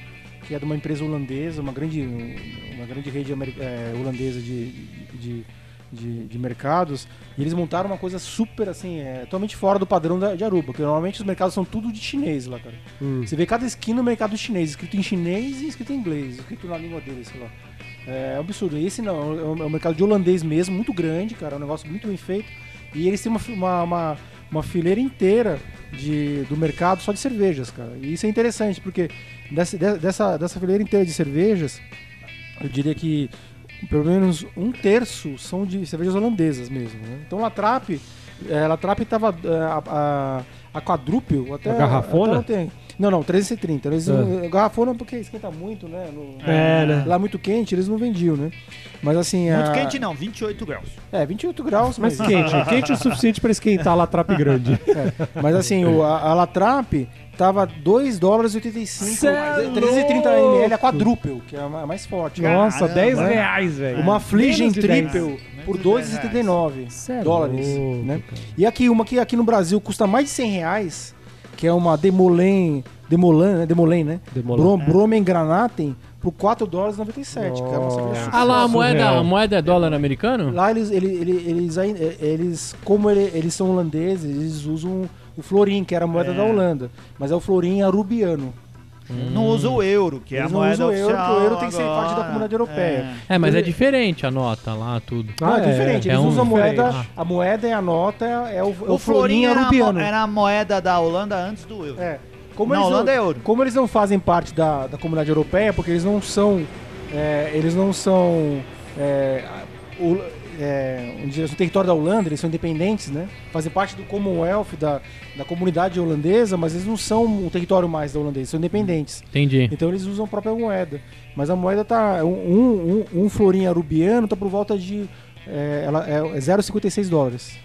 que é de uma empresa holandesa, uma grande, uma grande rede amer- é, holandesa de, de, de, de mercados. E eles montaram uma coisa super, assim, é, totalmente fora do padrão da, de Aruba, porque normalmente os mercados são tudo de chinês lá, cara. Hum. Você vê cada esquina no mercado chinês, escrito em chinês e escrito em inglês, escrito na língua deles, sei lá. É, um absurdo. Esse não, é um, é um mercado de holandês mesmo, muito grande, cara, é um negócio muito bem feito. E eles têm uma, fi- uma, uma, uma fileira inteira de, do mercado só de cervejas, cara. E isso é interessante, porque dessa, de- dessa, dessa fileira inteira de cervejas, eu diria que pelo menos um terço são de cervejas holandesas mesmo. Né? Então Latrap, é, Latrap tava é, a, a, a quadrúpel, até A garrafona? até não tem. Não, não, 330. Eles, Ah. Garrafona porque esquenta muito, né? No- É, né? Lá muito quente, eles não vendiam, né? Mas assim. Muito a- quente não, 28 graus. É, 28 graus, Mas quente, é quente o suficiente pra esquentar a Latrape *laughs* grande. Mas assim, o, a, a Latrap tava 2 dólares e 85. Cê é 330 louco! ml, a quadruple, que é a ma- a mais forte. Nossa, Caramba. 10 reais, velho. Uma É. Affliction Menos de dez. Triple Menos por de 2,79 Cê é dólares. louco, né? cara. E aqui, uma que aqui no Brasil custa mais de 100 reais, que é uma Demolen, Demolan, né? Demolen, né? Demolan. Brom- Bromen Granaten por 4 dólares e 97, que é uma cerveja Ah lá, a sucesso. moeda, Surreal. a moeda é dólar americano? Lá eles, ele- ele- eles, ai- eles, como ele- eles são holandeses, eles usam o florim, que era a moeda da Holanda. Mas é o florim arubiano. Não usa o euro, que é a Eles Hum. não moeda usam o euro, oficial. porque o euro tem que ser agora. parte da comunidade europeia. É, mas é diferente a nota lá, tudo. Não, Ah, é, diferente. é Eles um usam a moeda, diferente. a moeda e a nota é, é o, é O, o florim florinho era, a mo- arubiano. era a moeda da Holanda antes do euro. É. Como Na eles Holanda não, é ouro. Como eles não fazem parte da, da comunidade europeia, porque eles não são. é, eles não são. É, a- o, é, vamos dizer, no território da Holanda, eles são independentes, né? Fazem parte do Commonwealth, da, da comunidade holandesa, mas eles não são um território mais da holandesa, eles são independentes. Entendi. Então eles usam a própria moeda. Mas a moeda tá. Um, um, um florim arubiano tá por volta de. É, ela é 0,56 dólares.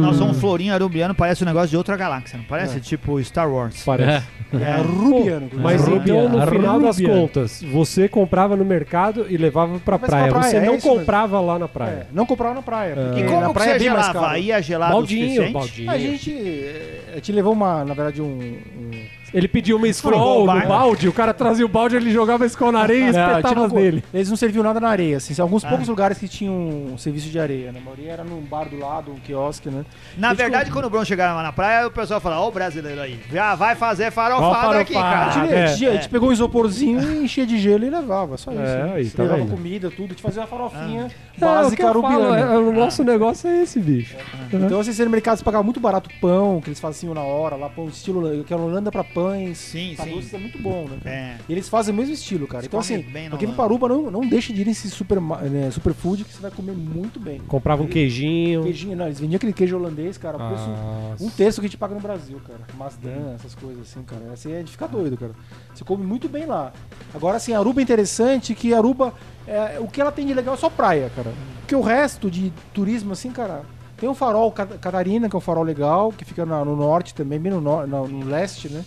Nossa, Ah. Hum. um florinho arubiano parece um negócio de outra galáxia, não parece? Tipo Star Wars. Parece. É arubiano. Mas inclusive. então, no Arrubiano. final das Arrubiano. contas, você comprava no mercado e levava pra Mas praia. pra praia, Você é não isso mesmo. comprava lá na É, praia. não comprava na praia. Porque E na como que praia você é bem mais gelava? caro. é, Ia gelado o Baldinho, suficiente? baldinho. A gente, eh, a gente levou uma, na verdade, um. um- Você Ele pediu uma Falou, Skol vai. no balde, o cara trazia o balde, ele jogava a Skol na areia e Não, espetava tipo, as Ah, dele. Eles não serviam nada na areia, assim, alguns poucos lugares que tinham um serviço de areia, né? A maioria era num bar do lado, um quiosque, né? Na Eles verdade, quando o Bruno chegar lá na praia, o pessoal fala, ó o brasileiro aí, já vai fazer farofada Ó, aqui, farofada. A cara. gente, é, a gente- a é. gente pegou um isoporzinho e enchia de gelo e levava, só isso. É, né? aí, tá levava vendo? comida, tudo, a gente fazia uma farofinha Ah. Não, é o básica que eu falo, arubiana. é- o nosso negócio é esse, bicho. Então, assim, esses mercados pagavam muito barato o pão, que eles faziam na hora, lá, pão estilo, que é Holanda pra pães. Sim, pra sim. doces é muito bom, né? cara? É. E eles fazem o mesmo estilo, cara. Se então, come assim, bem na aqui no Holanda. Paruba não, não deixa de ir nesse super, né, superfood que você vai comer muito bem. Comprava um queijinho. Queijinho, não, eles vendiam aquele queijo holandês, cara, a preço Ah, um terço que a gente paga no Brasil, cara. Mazdan, essas coisas assim, cara. Assim, é de ficar doido, cara. Você come muito bem lá. Agora, assim, Aruba é interessante que Aruba, é, o que ela tem de legal é só praia, cara. Porque o resto de turismo, assim, cara, tem o farol Ca- Catarina, que é um farol legal, que fica na- no norte também, bem no, nor- na- no leste, né?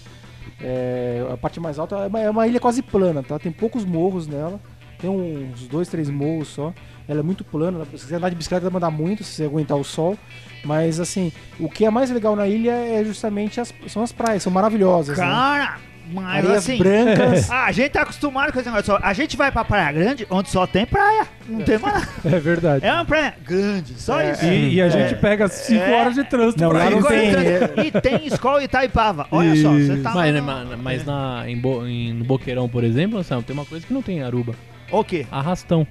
É, a parte mais alta é uma, é uma ilha quase plana, tá? Tem poucos morros nela. Tem um, uns dois, três morros só. Ela é muito plana. Se quiser andar de bicicleta, vai mandar muito, se você aguentar o sol. Mas, assim, o que é mais legal na ilha é justamente as, são as praias, são maravilhosas. né? Cara, mas Areias assim... *laughs* brancas. A gente tá acostumado com esse negócio. A gente vai pra Praia Grande, onde só tem praia. Não tem mais nada. É verdade. É uma praia grande, só isso. É. E, e a gente pega 5 É. horas de trânsito Não, pra lá ir. não Agora tem, entrando- E tem escola Itaipava. Olha só, você tá. Mas, né, no- mas, mas na, em Bo- em- no Boqueirão, por exemplo, Anselmo, tem uma coisa que não tem em Aruba. O quê? *laughs* Arrastão.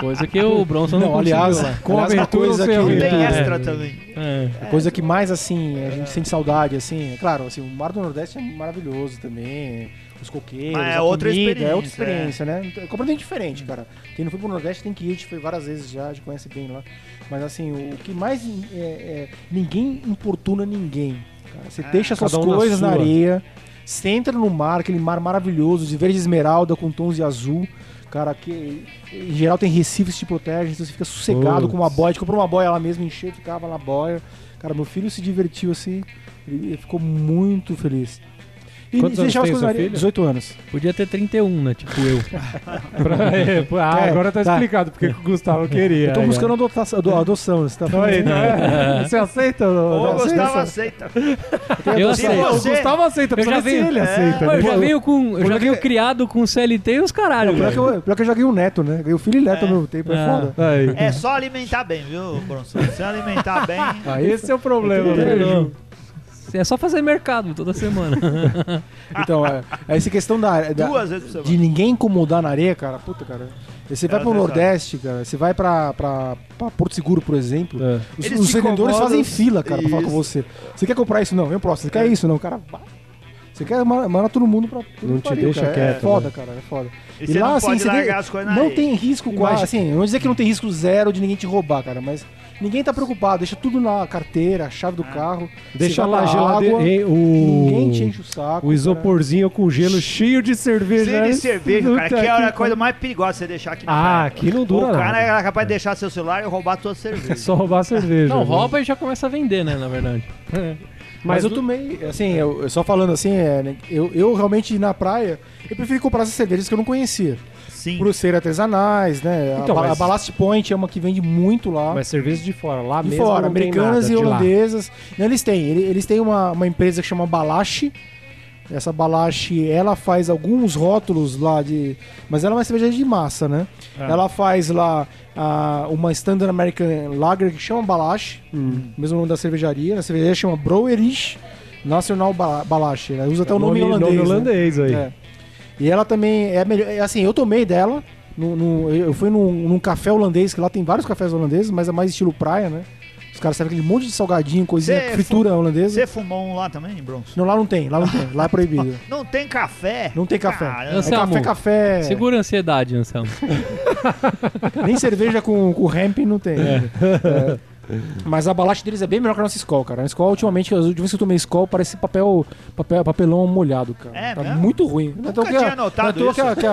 coisa que o Bronson não, Não, aliás, conseguiu lá. com Aliás, uma aventura coisa sem que- Não aventura. tem É. extra também. É. A coisa que mais, assim, a gente sente saudade, assim, é claro, assim, o Mar do Nordeste é maravilhoso também, os coqueiros, Mas é a outra comida, experiência, é outra experiência, né? É completamente diferente, cara. Quem não foi pro Nordeste tem que ir, a gente foi várias vezes já, a gente conhece bem lá. Mas, assim, o que mais é, é, ninguém importuna ninguém, cara. Você deixa suas cada um na coisas na sua. areia, você entra no mar, aquele mar maravilhoso, de verde esmeralda com tons de azul, cara, que em geral tem recifes que te protegem, então você fica sossegado Putz. com uma boia. A gente comprou uma boia lá mesmo, encheu, ficava na boia. Cara, meu filho se divertiu assim, ele ficou muito feliz. E Quantos e anos deixava tem as coisas seu na areia, filho? 18 anos. Podia ter 31, né? Tipo eu. Pra- *laughs* é, pô, ah, É, agora tá, tá. explicado porque que o Gustavo queria. Eu tô Aí, buscando adotação, ado- adoção, você tá ó. Então aí, falando. tá *laughs* vendo? Você aceita? Ô, Não, aceita? Gustavo aceita. Eu Se aceito. O você- Gustavo aceita, Eu já porque se venho- ele aceita. Pô, eu né? já venho com. Eu já Porque- venho criado com CLT e os caralho. Pior que, velho. eu, pior que eu joguei um neto, né? Ganhei o filho e neto ao mesmo tempo, é, É. foda. Aí. É só alimentar bem, viu, Bronson? Se alimentar bem. Aí, Esse é o problema, né, Não. Ju? É só fazer mercado toda semana. então, é, essa questão da, da, Duas vezes por de semana. ninguém incomodar na areia, cara, puta, cara. Você vai É, pro você Nordeste, cara, você vai pra, pra, pra Porto Seguro, por exemplo, É. os, Eles os te vendedores incomodam. fazem fila, cara, pra falar com Isso. você. Você quer comprar isso? Não, vem o próximo. Você É. quer isso? Não, cara, vai. Você quer ma- mandar todo mundo pra. puta Não que te pariu, deixa cara. É quieto, foda, né? cara, é foda. E você não pode tem- largar as coisas na Não areia. tem risco quase, Imagina. assim, não dizer que não tem risco zero de ninguém te roubar, cara, mas ninguém tá preocupado, deixa tudo na carteira, a chave É. do carro. Deixa você vai lá a pra água, geladeira. hein, Ninguém te enche O, o saco. o cara. isoporzinho com gelo cheio de cerveja. Sem né? de cerveja, cara, Puta que é a que coisa mais perigosa você deixar aqui Ah, na praia. aqui não dura O cara nada. era capaz de deixar seu celular e roubar tua cerveja. É só roubar a cerveja. Não, né? rouba e já começa a vender, né? Na verdade. Mas, Mas eu o- tomei, assim, eu, eu só falando assim, é, né, eu, eu realmente na praia, eu prefiro comprar essas cervejas que eu não conhecia. Sim. Por ser artesanais, né? Então, a, ba- mas- a Ballast Point é uma que vende muito lá. Mas cerveja de fora. Lá e mesmo. fora, não tem nada americanas e de lá. holandesas. Não, eles têm, ele- eles têm uma, uma empresa que chama Balache. Essa Balache, ela faz alguns rótulos lá de. Mas ela é uma cerveja de massa, né? É. Ela faz lá ah, uma Standard American Lager que chama Balache, Hum. mesmo nome da cervejaria. A cervejaria chama Brewerich Nacional Ba- Balache. Ela usa até o nome, holandês. né? holandês aí. É. E ela também é melhor. é Assim, eu tomei dela. no- no- eu fui num, num café holandês, que lá tem vários cafés holandeses, mas é mais estilo praia, né? Os caras servem aquele monte de salgadinho, coisinha, Cê fritura holandesa. Você fumou um lá também, Bronson? Não, lá não tem, lá não tem. Lá é *laughs* proibido. Não tem café? Não tem café. Caramba. É café, Anselmo, café. Segura a ansiedade, Anselmo. Nem cerveja com, com hemp não tem. É. Mas a balacha deles é bem melhor que a nossa escola, cara. A escola, ultimamente, as últimas vezes que eu tomei escola, parece papel, papel, papelão molhado, cara. É tá mesmo? muito ruim. Não é à toa que a- tinha notado não é à toa que a- isso. que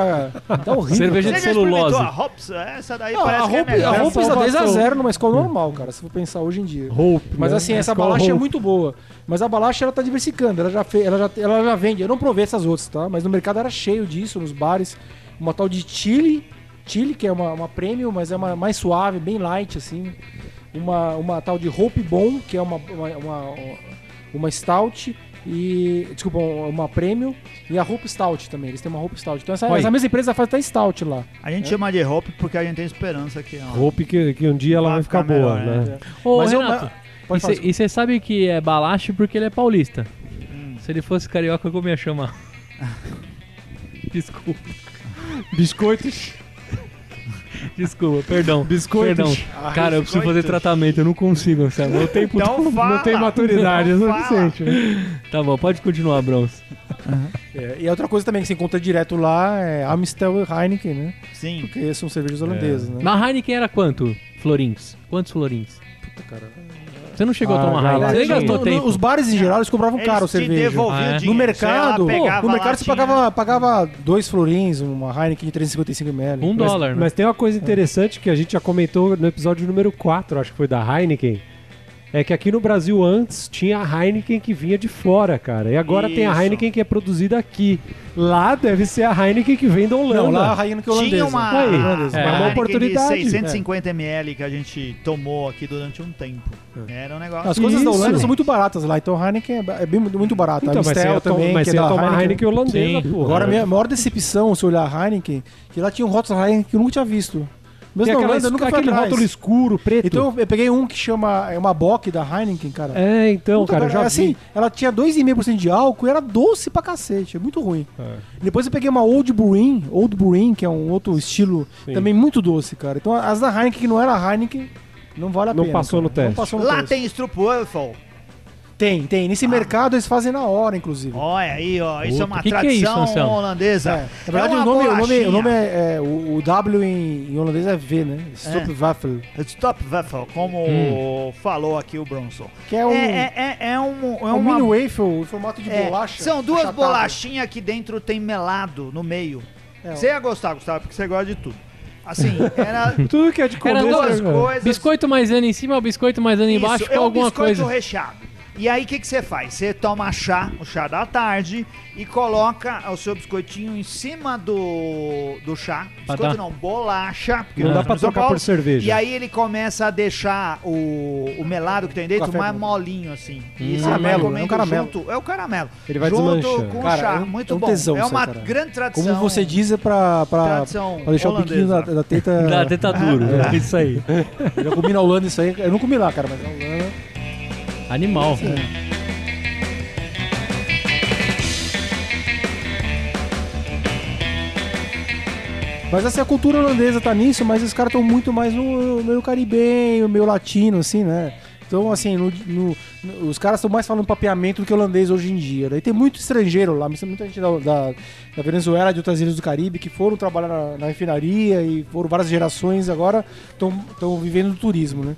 a- tá horrível. Cerveja de Você já experimentou celulose. a Hops? Essa daí Não, parece Ah, a que roupa, é melhor. a roupa está Salvação. 10 a 0 numa escola normal, cara, se for pensar hoje em dia. Hope, Mas né? assim, essa Escola balacha é Hope. muito boa. Mas a balacha ela tá diversificando, ela já, fe- ela, já, ela já vende. Eu não provei essas outras, tá? Mas no mercado era cheio disso, nos bares. Uma tal de Chile, Chile, que é uma, uma premium, mas é uma mais suave, bem light, assim. Uma, uma tal de Hope Bom, que é uma, uma, uma, uma stout. E, desculpa, uma Premium e a Hope Stout também. Eles têm uma Hope Stout. Então essa, Olha. essa mesma empresa faz até Stout lá. A gente chama de Hope porque a gente tem esperança que é ó, Roupa que, que um dia ela Vai vai ficar ficar boa, melhor, né? Ô, Mas eu- Renato, Pode falar, e você sabe que é balache porque ele é paulista. Hum. Se ele fosse carioca, como ia chamar? *laughs* Desculpa. Biscoitos. Desculpa, perdão. Biscoitos. Perdão. Ah, Cara, eu preciso fazer biscoitos. tratamento, eu não consigo, Anselmo. *laughs* Eu tenho... Então fala. Não tem maturidade, Então é suficiente. né? Tá bom, pode continuar, Brons. É, e a outra coisa também que você encontra direto lá é Amstel e Heineken, né? Sim. Porque são É. cervejas holandesas, né? Na Heineken era quanto? Florins. Quantos florins? Puta, cara. Você não chegou a Ah, tomar Heineken. galera, Você nem gente, gastou Não, não, tempo. os bares em geral eles cobravam caro a Eles te cerveja. devolviam Ah, é? dinheiro. Você No ia lá, mercado, pô, pegava no a mercado você latinha. pagava, pagava dois florins, uma Heineken de 355ml. Um Mas- dólar, né? Mas tem uma coisa interessante que a gente já comentou no episódio número 4, acho que foi da Heineken. É que aqui no Brasil antes tinha a Heineken que vinha de fora, cara. E agora tem Isso. a Heineken que é produzida aqui. Lá deve ser a Heineken que vem da Holanda. Não, lá a Heineken holandesa. Tinha uma, Aí, é Heineken uma de oportunidade. 650 ml que a gente tomou aqui durante um tempo. Era um negócio. É. As coisas da Isso. Holanda são muito baratas lá, então a Heineken é ba- é bem, muito barata. Então, mas você Amstel ia, tom- também, mas que é você ia da tomar a Heineken holandesa, Sim. pô. Agora, a minha maior decepção, se olhar a Heineken, que lá tinha um rótulo Heineken que eu nunca tinha visto. Tem Mesmo na aquela- Holanda, eu nunca fui aquele atrás. rótulo escuro, preto. Então eu- eu peguei um que chama, é uma Bock da Heineken, cara. é, então, Puta, cara, eu já vi. assim, ela tinha 2,5% de álcool e era doce pra cacete, é muito ruim. Depois eu peguei uma Old Brewing, Old Brewing, que é um outro estilo, Sim. também muito doce, cara. Então as da Heineken, que não era a Heineken, não vale a Não pena. passou cara. no teste. Não passou no Lá teste. tem Ah. Stroopwafel. Tem, tem. Nesse mercado eles fazem na hora, inclusive. Olha aí, ó. Isso Puta, é uma que que é isso, tradição Anselmo? holandesa. É, na verdade, É o uma nome, o nome, bolachinha. o nome é, é, o, o W em, em holandês é V, né? Stroopwafel. É Stroopwafel, como falou aqui o Bronson. Hum. Que é um, É, é, é, é um, é é um uma mini waffle em formato de É, bolacha. São duas achatada. bolachinhas que dentro tem melado no meio. É, Você ia gostar, Gustavo, porque você gosta de tudo. *laughs* Assim, era Tudo que é de Era comer, duas né, coisas. Biscoito maisena em cima, biscoito maisena Isso, embaixo, é ficou um alguma biscoito coisa. recheado. E aí o que, que você faz? Você toma chá, o chá da tarde, e coloca o seu biscoitinho em cima do, do chá. Pra Biscoito dar- não, bolacha. Porque Não nós dá estamos pra em São trocar Paulo. por cerveja. E aí ele começa a deixar o, o melado que tem dentro Café mais com- molinho, assim. Hum. E você Caramelo, vai é um comendo caramelo. junto. É o caramelo. Ele vai junto desmanchando. com o Cara, chá. é um- muito é um bom. tesão é isso aí, uma cara. grande tradição. Como você diz, é pra, pra, Tradição pra deixar o biquinho da, holandesa. da teta. *laughs* Dá, tenta duro. É isso aí. Eu já comi na Holanda isso aí. Eu não comi lá, cara, mas na Holanda. Animal. Mas assim, a cultura holandesa tá nisso, mas os caras estão muito mais no, no meio caribenho, meio latino, assim, né? Então, assim, no- no- no- os caras estão mais falando papeamento do que holandês hoje em dia. Daí tem muito estrangeiro lá, muita gente da, da, da Venezuela, de outras ilhas do Caribe, que foram trabalhar na, na refinaria e foram várias gerações agora estão vivendo do turismo, né?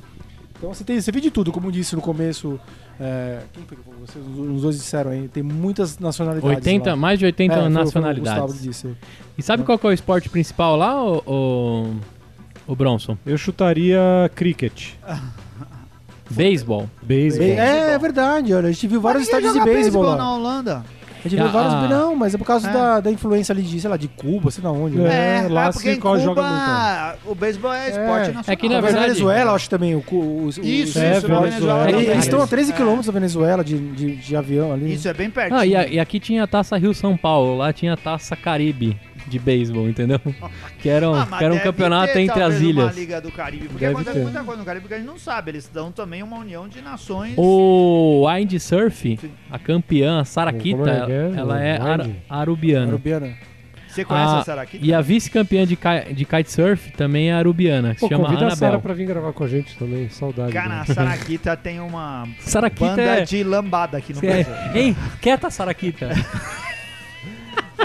Então você, tem, você vê de tudo, como eu disse no começo. é, quem foi que vocês, os dois disseram aí? Tem muitas nacionalidades. 80, lá. mais de É, 80 foi- foi o nacionalidades. Gustavo que disse. E sabe qual que é o esporte principal lá, o, o, Bronson? Eu chutaria cricket. Beisebol. Beisebol. Bem- é, é verdade, olha. A gente viu vários Mas ninguém estádios de joga beisebol lá. na Holanda. A gente viu Ah, vários. ah. Não, mas é por causa É. da, da influência ali de, sei lá, de Cuba, sei lá onde. né? É, lá ah, porque se em co- Cuba, joga muito. o beisebol é esporte É, nacional. é que na Talvez verdade- a Venezuela, eu acho também. O, cu- os- os- Isso, os- É, isso, na Venezuela. Venezuela. É que também. eles estão a Isso, 13 é. quilômetros da Venezuela de, de, de avião ali. Isso é bem perto. Ah, e, a- e aqui tinha a Taça Rio São Paulo, lá tinha a Taça Caribe de beisebol, *laughs* entendeu? Que era um, Ah, mas que era um deve campeonato ter, entre as talvez, uma ilhas. Liga do Caribe, porque Deve acontece ter. muita coisa no Caribe que a gente não sabe. Eles dão também uma união de nações. O Wind Surf, a campeã, a Sarakita, Como é que é? ela é ar- Wind? arubiana. Arubiana. Você conhece Ah, a Saraki? E a vice-campeã de, ki de kitesurf também é arubiana, que Pô, se chama convida a Sara Anabel. pra vir gravar com a gente também. Saudade. Cara, a né? Sarakita tem uma Sarakita banda é... de lambada aqui no Brasil. é... Hein? Quieta, *laughs* Sarakita.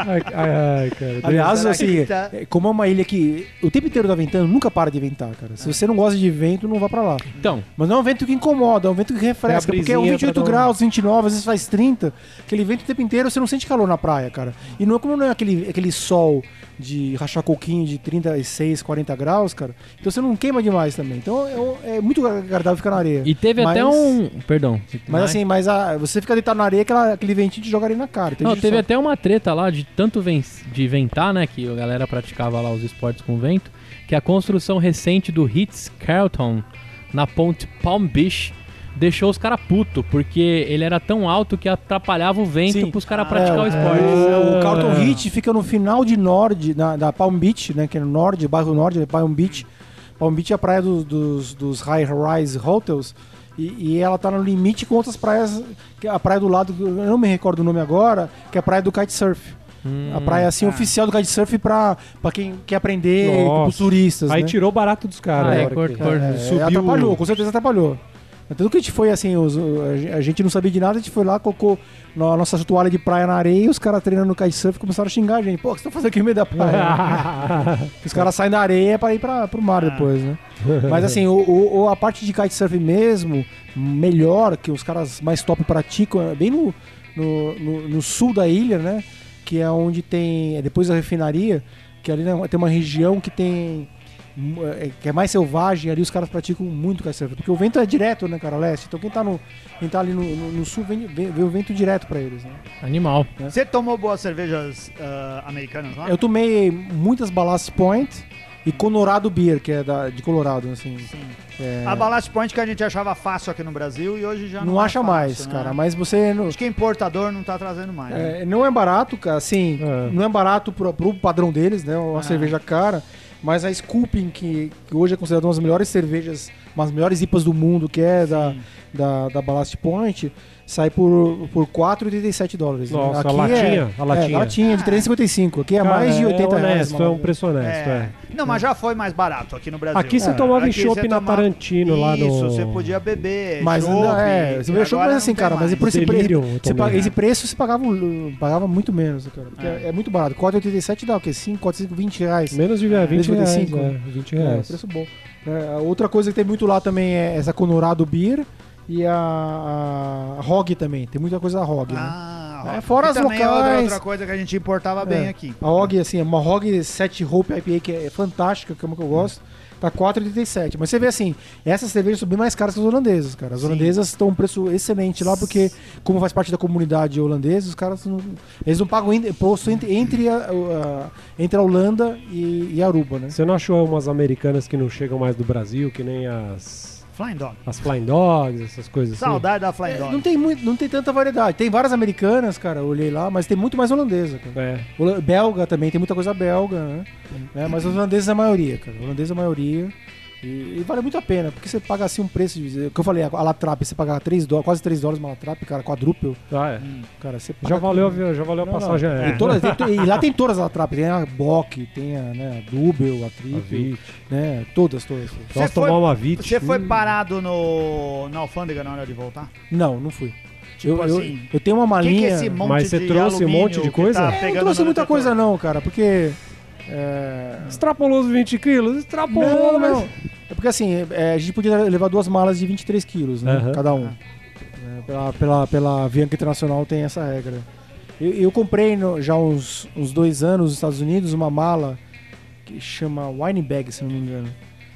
Ai, ai, ai, cara. Aliás, Será que assim, tá- é, como é uma ilha que o tempo inteiro tá ventando, nunca para de ventar, cara. Se você não gosta de vento, não vá pra lá. Então, Mas não é um vento que incomoda, é um vento que refresca, porque é um brisinha 28 pra dar um- graus, 29, às vezes faz 30. Aquele vento o tempo inteiro, você não sente calor na praia, cara. E não é como não é aquele, aquele sol de rachar coquinho de 36, 40 graus, cara. Então você não queima demais também. Então é, um- é muito agradável ficar na areia. E teve até Mas- um. Perdão. Mas assim, mas a- você fica deitado na areia, aquela- aquele ventinho te joga ali na cara. Não, entende? teve Só- até uma treta lá de tanto ven- de ventar, né? Que a galera praticava lá os esportes com vento. Que a construção recente do Ritz Carlton na ponte Palm Beach deixou os caras puto, porque ele era tão alto que atrapalhava o vento Sim. pros caras Ah, praticar o É, esporte. O, o Carlton Heat fica no final de Nord, na, da Palm Beach, né? Que é no norte, bairro norte, é Palm Beach. Palm Beach é a praia dos, dos, dos high-rise hotels. E, e ela tá no limite com outras praias. Que é a praia do lado, que eu não me recordo o nome agora, que é a praia do kitesurf. é. Hum, a praia é. assim, oficial do kitesurf pra, pra quem quer aprender com os Nossa. turistas. Aí né? tirou o barato dos caras. Ah, né? é, na hora cor- que- cor- É, subiu- Atrapalhou, com certeza atrapalhou. Tanto que a gente foi assim, os- a gen- a gente não sabia de nada, a gente foi lá, colocou no- a nossa toalha de praia na areia e os caras treinando no kitesurf começaram a xingar a gente. Pô, o que você tá fazendo aqui no meio da *laughs* praia? os caras saem da areia pra ir pra, pro mar depois, né? Mas assim, o, o- o- a parte de kitesurf mesmo, melhor, que os caras mais top praticam, é bem no, no, no- no sul da ilha, né? Que é onde tem, é depois da refinaria, que ali né, tem uma região que tem mu- é, que é mais selvagem, ali os caras praticam muito kitesurf, porque o vento é direto, né, cara, a leste. Então quem tá, no, quem tá ali no, no- no sul vem, vem- vem o vento direto pra eles, né? Animal. Você tomou boas cervejas ah, americanas lá? Eu tomei muitas Ballast Point e Colorado Beer, que é da- de Colorado, assim. Sim. É, A Ballast Point que a gente achava fácil aqui no Brasil e hoje já não, não é acha fácil, mais, né? cara, mas você... não- Acho que importador não tá trazendo mais. né? É, não é barato, cara, assim, É. não é barato pro, pro padrão deles, né? Uma Ah. cerveja cara, mas a Sculpin, que, que hoje é considerada uma das melhores cervejas, uma das melhores IPAs do mundo, que é da, da, da Ballast Point, sai por, por 4,87 dólares. né? Nossa, a é- latinha, a é, latinha. latinha de 3,55. Aqui é Cara, mais de 80 é reais. honesto, mano. É um preço honesto, É. é. Não, mas já foi mais barato aqui no Brasil. Aqui você É. tomava em Aqui chopp você na tomava- Tarantino, lá no... Isso, você podia beber. Mas chopp, não, é, você vê show, agora mas não assim, tem cara, mas mais. e por esse preço, Delirium, você também, paga- né? esse preço você pagava, um- pagava muito menos, cara. Porque é. É. é muito barato. 4,87 dá o quê? 5, 4,5, 20 reais. Menos de é, 20 reais, 55. né? 20 É, reais. preço bom. É, outra coisa que tem muito lá também é essa Colorado Beer e a, a Hog também. Tem muita coisa da Hog, né? Ah, É, ó, fora que as também é outra, locais. outra coisa que a gente importava bem aqui. A Hog, assim, é uma Hog 7 Hope IPA que é fantástica, que é uma que eu gosto. Tá 4,87. Mas você vê assim, essas cervejas são bem mais caras que as holandesas, cara. As holandesas estão um preço excelente lá, porque como faz parte da comunidade holandesa, os caras não, eles não pagam in- imposto entre, entre, a, a- entre a Holanda e, e Aruba, né? Você não achou umas americanas que não chegam mais do Brasil, que nem as, Flying Dog. as Flying Dogs, essas coisas assim? Saudade da Flying É, Dog. não, tem muito, não tem tanta variedade. Tem várias americanas, cara, eu olhei lá, mas tem muito mais holandesa, cara. É. Hola- Belga também, tem muita coisa belga, né? Né, Mas os holandeses é a maioria, cara. Holandês é a maioria. E, e vale muito a pena, porque você paga assim um preço de. O que eu falei, a a Latrap, você pagar 3 dólares, quase 3 dólares uma Latrap, cara, quadruple. Ah, é. Cara, você paga Já valeu, a vi- já valeu a Não, não. passagem é. E, aérea. *laughs* todas- tem to- e lá tem todas as Latrap, tem a Bock, tem a, né, a Dubel, a A Triple, Vit. né? Todas, todas. Nós foi- tomar uma Vit. Você foi Hum. parado no, na alfândega na hora de voltar? Não, não fui. Tipo eu, eu- assim, eu tenho uma O malinha. que, que é esse monte Mas você de trouxe um alumínio monte de que coisa? Tá É, É, pegando não trouxe no muita detector? coisa não, cara, porque. é, Extrapolou os 20 quilos? Extrapolou, né? Não, mas- não. É porque assim, é, a gente podia levar duas malas de 23 quilos, né? Aham. Cada um. É, pela, pela, pela Avianca Internacional tem essa regra. Eu, eu comprei no- já uns, uns dois anos nos Estados Unidos uma mala que chama Wine Bag, se não me engano.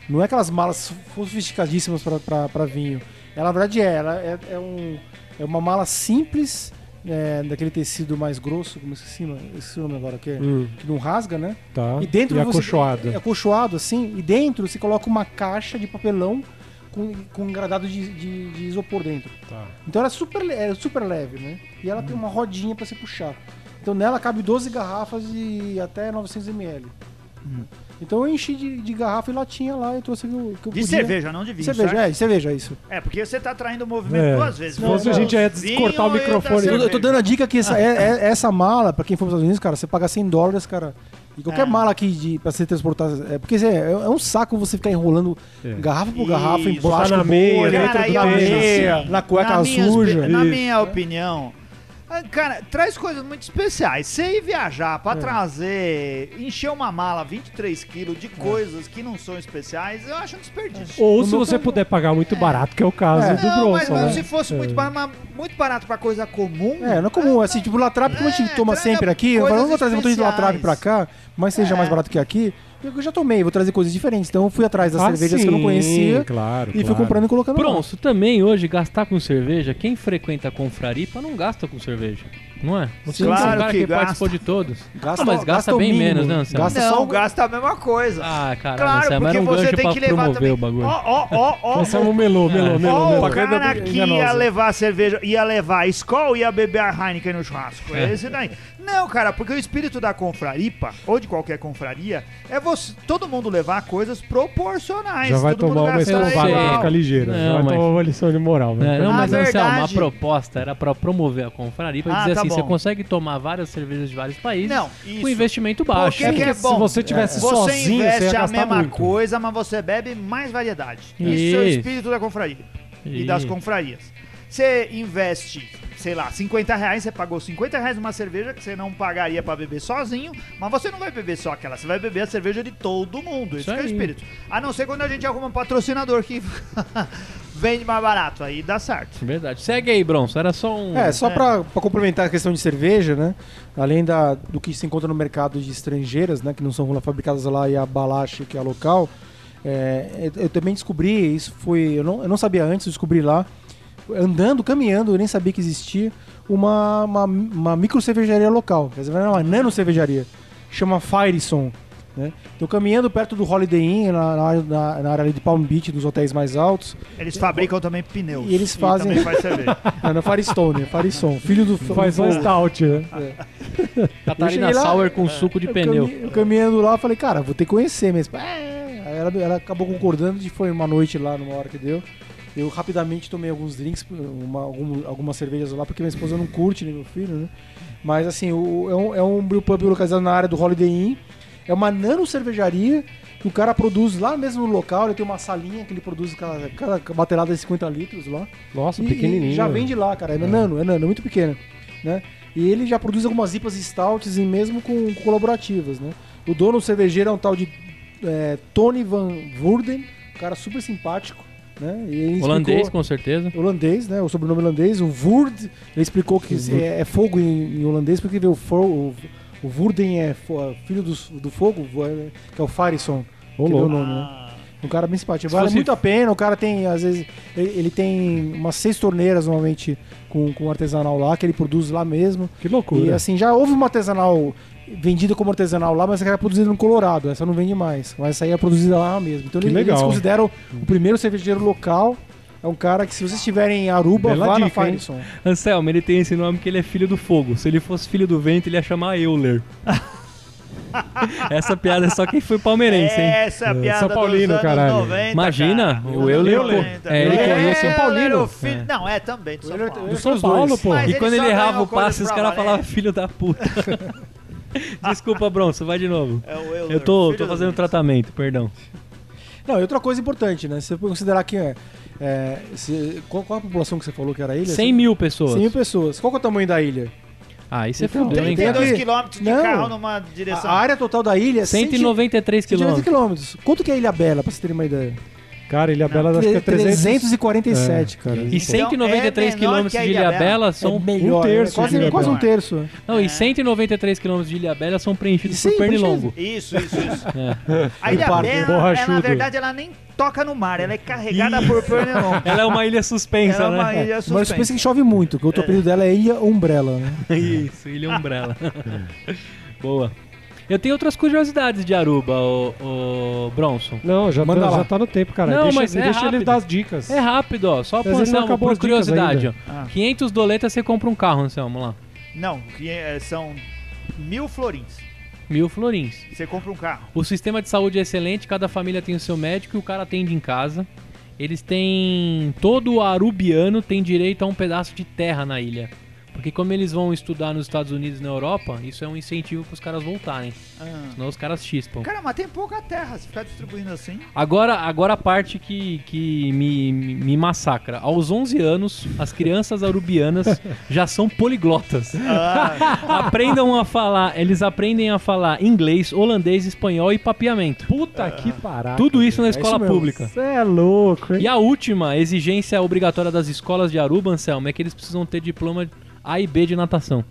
Não é aquelas malas sofisticadíssimas pra- pra pra vinho. Ela, na verdade, é. Ela é, é um, é uma mala simples, é, daquele tecido mais grosso, como é eu esqueci, mano, esqueci o nome agora, que, é- Hum, que não rasga, né? tá. E dentro e você- acolchoada. é acolchoado assim, e dentro você coloca uma caixa de papelão com, com um engradado de, de- de isopor dentro. Tá. Então ela é super, le- é super leve, né? E ela tem uma rodinha pra você puxar. Então nela cabe 12 garrafas e até 900 ml. Hum. Então eu enchi de, de garrafa e latinha lá e trouxe o que eu De podia. cerveja, não de vinho, Cerveja, certo? é, de cerveja, isso. É. porque você tá traindo o movimento É. duas vezes. né? Se fosse a gente ia cortar o microfone. Eu, eu tô dando a dica que essa, é- é- essa mala, pra quem for pros Estados Unidos, cara, você paga 100 dólares, cara. E qualquer É. mala aqui de, pra ser transportada. É, porque é, é um saco você ficar enrolando É. garrafa por garrafa, em Isso. plástico, Tá na meia, bolha, dentro entra Cara, do eu na acho meia, assim, na cueca na minha, suja. espe- Na Isso. minha opinião. ah, Cara, traz coisas muito especiais. Você ir viajar É. pra trazer, encher uma mala 23 quilos É. de coisas que não são especiais, eu acho um desperdício. Ou No se meu você caso- puder pagar muito barato, que é o caso É. do Não, mas, Bronson, mas né? se fosse muito, barato, mas muito barato pra coisa comum. É, não é comum, assim, tipo, latrap, como a gente É, toma traga sempre aqui, eu coisas não vou trazer um montão de especiais. latrap pra cá, mas seja É. mais barato que aqui, eu já tomei, vou trazer coisas diferentes. Então eu fui atrás das Ah, cervejas que eu não sim, conhecia claro, e fui claro. comprando e colocando lá. Bronço, também hoje gastar com cerveja, quem frequenta a confraripa não gasta com cerveja. não é? Você Sim, não é um claro cara que que, gasta. participou de todos. Gasta, Ah, mas gasta o bem mínimo. menos, né, Anselmo? Gasta Não, só o gasta a mesma coisa. Ah, caralho, claro, Anselmo, era porque um você gancho tem pra que levar promover também. o bagulho. Ó, ó, ó, ó. é Anselmo melou, melou, melou, Ó, melou. o cara É. que ia levar a cerveja, ia levar a Skol ia beber a Heineken no churrasco. É esse daí. Não, cara, porque o espírito da confraripa, ou de qualquer confraria, é você, todo mundo levar coisas proporcionais. Já vai todo mundo tomar uma gasta gastar escovada, escovada, igual. fica ligeira. Já Não, vai mas- tomar uma lição de moral, É, velho. não, Na mas Anselmo, a Ah, verdade- proposta era pra promover a confraria e Ah, dizer tá assim, você bom. consegue tomar várias cervejas de vários países Não, isso. com investimento baixo. Porque é que é se bom. você tivesse Você sozinho, você investe ia a gastar mesma muito. coisa, mas você bebe mais variedade. Isso é o Isso. espírito da confraria. E das Isso. confrarias. Você investe, sei lá, 50 reais, você pagou 50 reais numa cerveja que você não pagaria pra beber sozinho, mas você não vai beber só aquela, você vai beber a cerveja de todo mundo. Isso, Isso que é o aí. espírito. A não ser quando a gente arruma um patrocinador que *laughs* vende mais barato, aí dá certo. É Verdade. Segue aí, Bronson. Era só um. É, só É. pra pra complementar a questão de cerveja, né? Além da, do que se encontra no mercado de estrangeiras, né? Que não são lá fabricadas lá e a balache, que é a local. é, eu, eu também descobri, isso foi. Eu não, eu não sabia antes, eu descobri lá. Andando, caminhando, eu nem sabia que existia uma, uma, uma micro cervejaria local. Quer dizer, não é uma nano cervejaria. Chama Fireson. Né? Então, caminhando perto do Holiday Inn, na, na, área- na- na área ali de Palm Beach, dos hotéis mais altos, *laughs* Eles fabricam também pneus. E eles fazem- também faz cerveja. ah, na Firestone, Firestone, filho do Faz só do- É. stout, né? Catarina eu cheguei lá- É. Sauer com suco de Eu pneu. cami- eu caminhando lá, eu falei, cara, vou ter que conhecer mesmo. É, Aí ela, ela acabou concordando e foi uma noite lá, numa hora que deu. Eu rapidamente tomei alguns drinks, uma- algum- algumas cervejas lá, porque minha esposa não curte, nem meu filho, né? Mas assim, o- é, um, é um brewpub localizado na área do Holiday Inn. É uma nano cervejaria que o cara produz lá mesmo no local. Ele tem uma salinha que ele produz cada, cada batelada de 50 litros lá. Nossa, E- e pequenininho. já vem de lá, cara. É, nano, é nano, é muito pequena. Né? E ele já produz algumas IPAs stouts e mesmo com colaborativas, né? O dono do cervejeiro é um tal de é, Tony Van Vurden, um cara super simpático, né? E ele Holandês, explicou- com certeza. holandês, né? O sobrenome holandês, o Vurd, ele explicou que é, é fogo em, em holandês, porque vê o, fo- o, o Vurden é fo- filho do, do fogo, vo- que é o Farisson, Ô, que deu o louco. nome, né? Ah. Um cara bem simpático. Se Vale fosse- muito a pena. O cara tem, às vezes, ele, ele tem umas seis torneiras normalmente com, com artesanal lá, que ele produz lá mesmo. Que loucura. E assim, já houve uma artesanal vendida como artesanal lá, mas essa era produzida no Colorado. Essa não vende mais. Mas essa aí é produzida lá mesmo. Então Que ele- legal. eles consideram o primeiro cervejeiro local. É um cara que, se vocês estiverem em Aruba, Bela vá na dica, hein? Fireson. Anselmo, ele tem esse nome que ele é filho do fogo. Se ele fosse filho do vento, ele ia chamar *laughs* Euler. Essa piada é só quem foi palmeirense, hein? Essa é a São piada Paulino, dos anos caralho. 90, Imagina, cara. o Euler, Anos pô, 90. é, ele Euler corria São era Paulino. o filho- É. Não, é também do São Euler- Paulo. Euler- São os dois. Paulo, pô. Mas E quando ele ele só errava ganhou o passe, coisa os pra caras valer. falavam filho da *laughs* puta. Desculpa, Bronson, vai de novo. É o Euler, Eu tô, filho tô do fazendo Euler. tratamento, perdão. Não, e outra coisa importante, né? Se você considerar que é. é, se- qual, qual a população que você falou que era a ilha? 100 mil pessoas. 100 mil pessoas. Qual que é o tamanho da ilha? Ah, aí você Então, fudeu, hein, cara? 32 Entendeu? quilômetros de Não. carro numa A, direção. a área total da ilha é 190 193 190 quilômetros. quilômetros. Quanto que é Ilha Bela, pra você ter uma ideia? Cara, Ilha Bela acho que é 300. 347, cara. E 193 menor quilômetros que a de Ilhabela. Ilhabela São são. melhor, um né? terço quase, de Ilha quase um Bela. terço. Não, É. e 193 quilômetros de Ilhabela são preenchidos Sim, por pernilongo. Isso, isso, *laughs* isso. É. A Ilha pardo Bela, borrachudo. ela, na verdade, ela nem toca no mar, ela é carregada por pernilongo. Ela *laughs* é uma ilha suspensa, Ela é uma né? ilha Mas pensa suspensa. que chove muito, que o outro apelido dela é Ilha Umbrella, né? Isso, Ilha Umbrella. *laughs* Boa. Eu tenho outras curiosidades de Aruba, o, Bronson. Não, já, Manda tá, lá. já tá no tempo, cara. Não, deixa mas é deixa ele rápido. dar as dicas. É rápido, ó. Só pro Mas ele não Anselmo, acabou por as dicas curiosidade. Ó. Ah. 500 doletas você compra um carro, Anselmo, lá. Não, que é- são mil florins. Mil florins. Você compra um carro. O sistema de saúde é excelente, cada família tem o seu médico e o cara atende em casa. Eles têm. Todo arubiano tem direito a um pedaço de terra na ilha. Porque como eles vão estudar nos Estados Unidos e na Europa, isso é um incentivo pros caras voltarem. Ah. Senão os caras chispam. Cara, mas tem pouca terra, se ficar distribuindo *laughs* assim. Agora, agora a parte que, que me, me- me massacra. Aos 11 anos, as crianças arubianas já são poliglotas. Ah, Aprendam a falar, eles aprendem a falar inglês, holandês, espanhol e papiamento. Puta que parada. Tudo isso na é escola isso mesmo. pública. Você é louco, hein? E a última exigência obrigatória das escolas de Aruba, Anselmo, é que eles precisam ter diploma A e B de natação.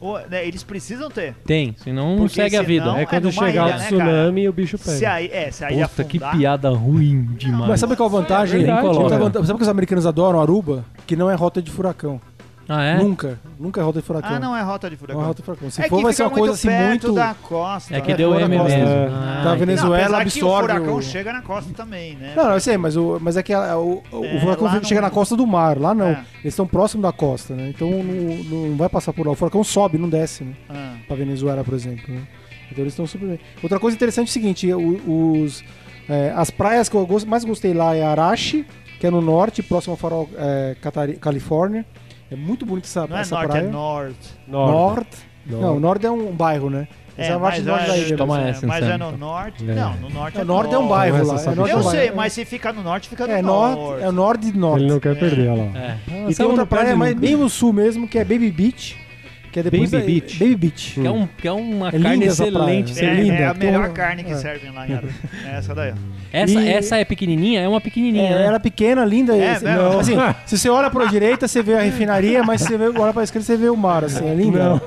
o- né, eles precisam ter. Tem, senão não Porque segue a vida. senão- É é quando numa chegar ilha, o né, tsunami o bicho pega. Se aí, é, se aí Puta, que afundar- piada ruim demais. Mas sabe qual a vantagem? tá verdade, Sabe qual a cara. vantagem? Sabe que os americanos adoram Aruba? Que não é rota de furacão. Ah, é? Nunca. Nunca é rota de furacão. Ah, não é rota de Não é furacão. rota de furacão. Se é for, que vai ser fica uma coisa assim perto muito. da costa. É que né? deu fora da M costa, mesmo. é. Ah, Da entendi. Não, Venezuela apesar que absorve o furacão o- chega na costa também, né? Não, não, eu sei, mas, o, mas é que a- o, o É, furacão lá fica- não- chega na costa do mar, lá não. É. Eles estão próximo da costa, né? Então não, não vai passar por lá. O furacão sobe, não desce, né? Ah, Pra Venezuela, por exemplo. né? Então eles estão super bem. Outra coisa interessante é o seguinte: o- os, é, as praias que eu gosto- mais gostei lá é Arache, que é no norte, próximo ao farol é, Catari- Califórnia. É muito bonito essa, não é essa norte, praia. é norte. Norte. Norte. Não, o norte é um bairro, né? Essa é a parte norte é- da ilha. Toma mesmo. é, essa, mas é Anselmo. no norte. É. Não, no norte é O norte é um bairro Essa lá. sabe É norte Eu é um sei, bairro. mas se fica no norte, fica no É norte, é norte de norte. Ele não quer perder, olha lá. É. E tem Sabe outra onde perde praia mais nunca? bem no sul mesmo, que é Baby Beach. Que é depois Baby da- Beach? Baby Beach. Que é, um, que é uma É linda carne essa praia, excelente. né? É, linda, é a tem melhor uma- carne que é. servem lá em Aru. É essa daí. ó. Essa, E- essa é pequenininha? É uma pequenininha. É, né? era pequena, linda. É, assim, não. assim, se você olha pra direita, você vê a refinaria, mas se você vê, olha pra esquerda, você vê o mar, assim, é linda.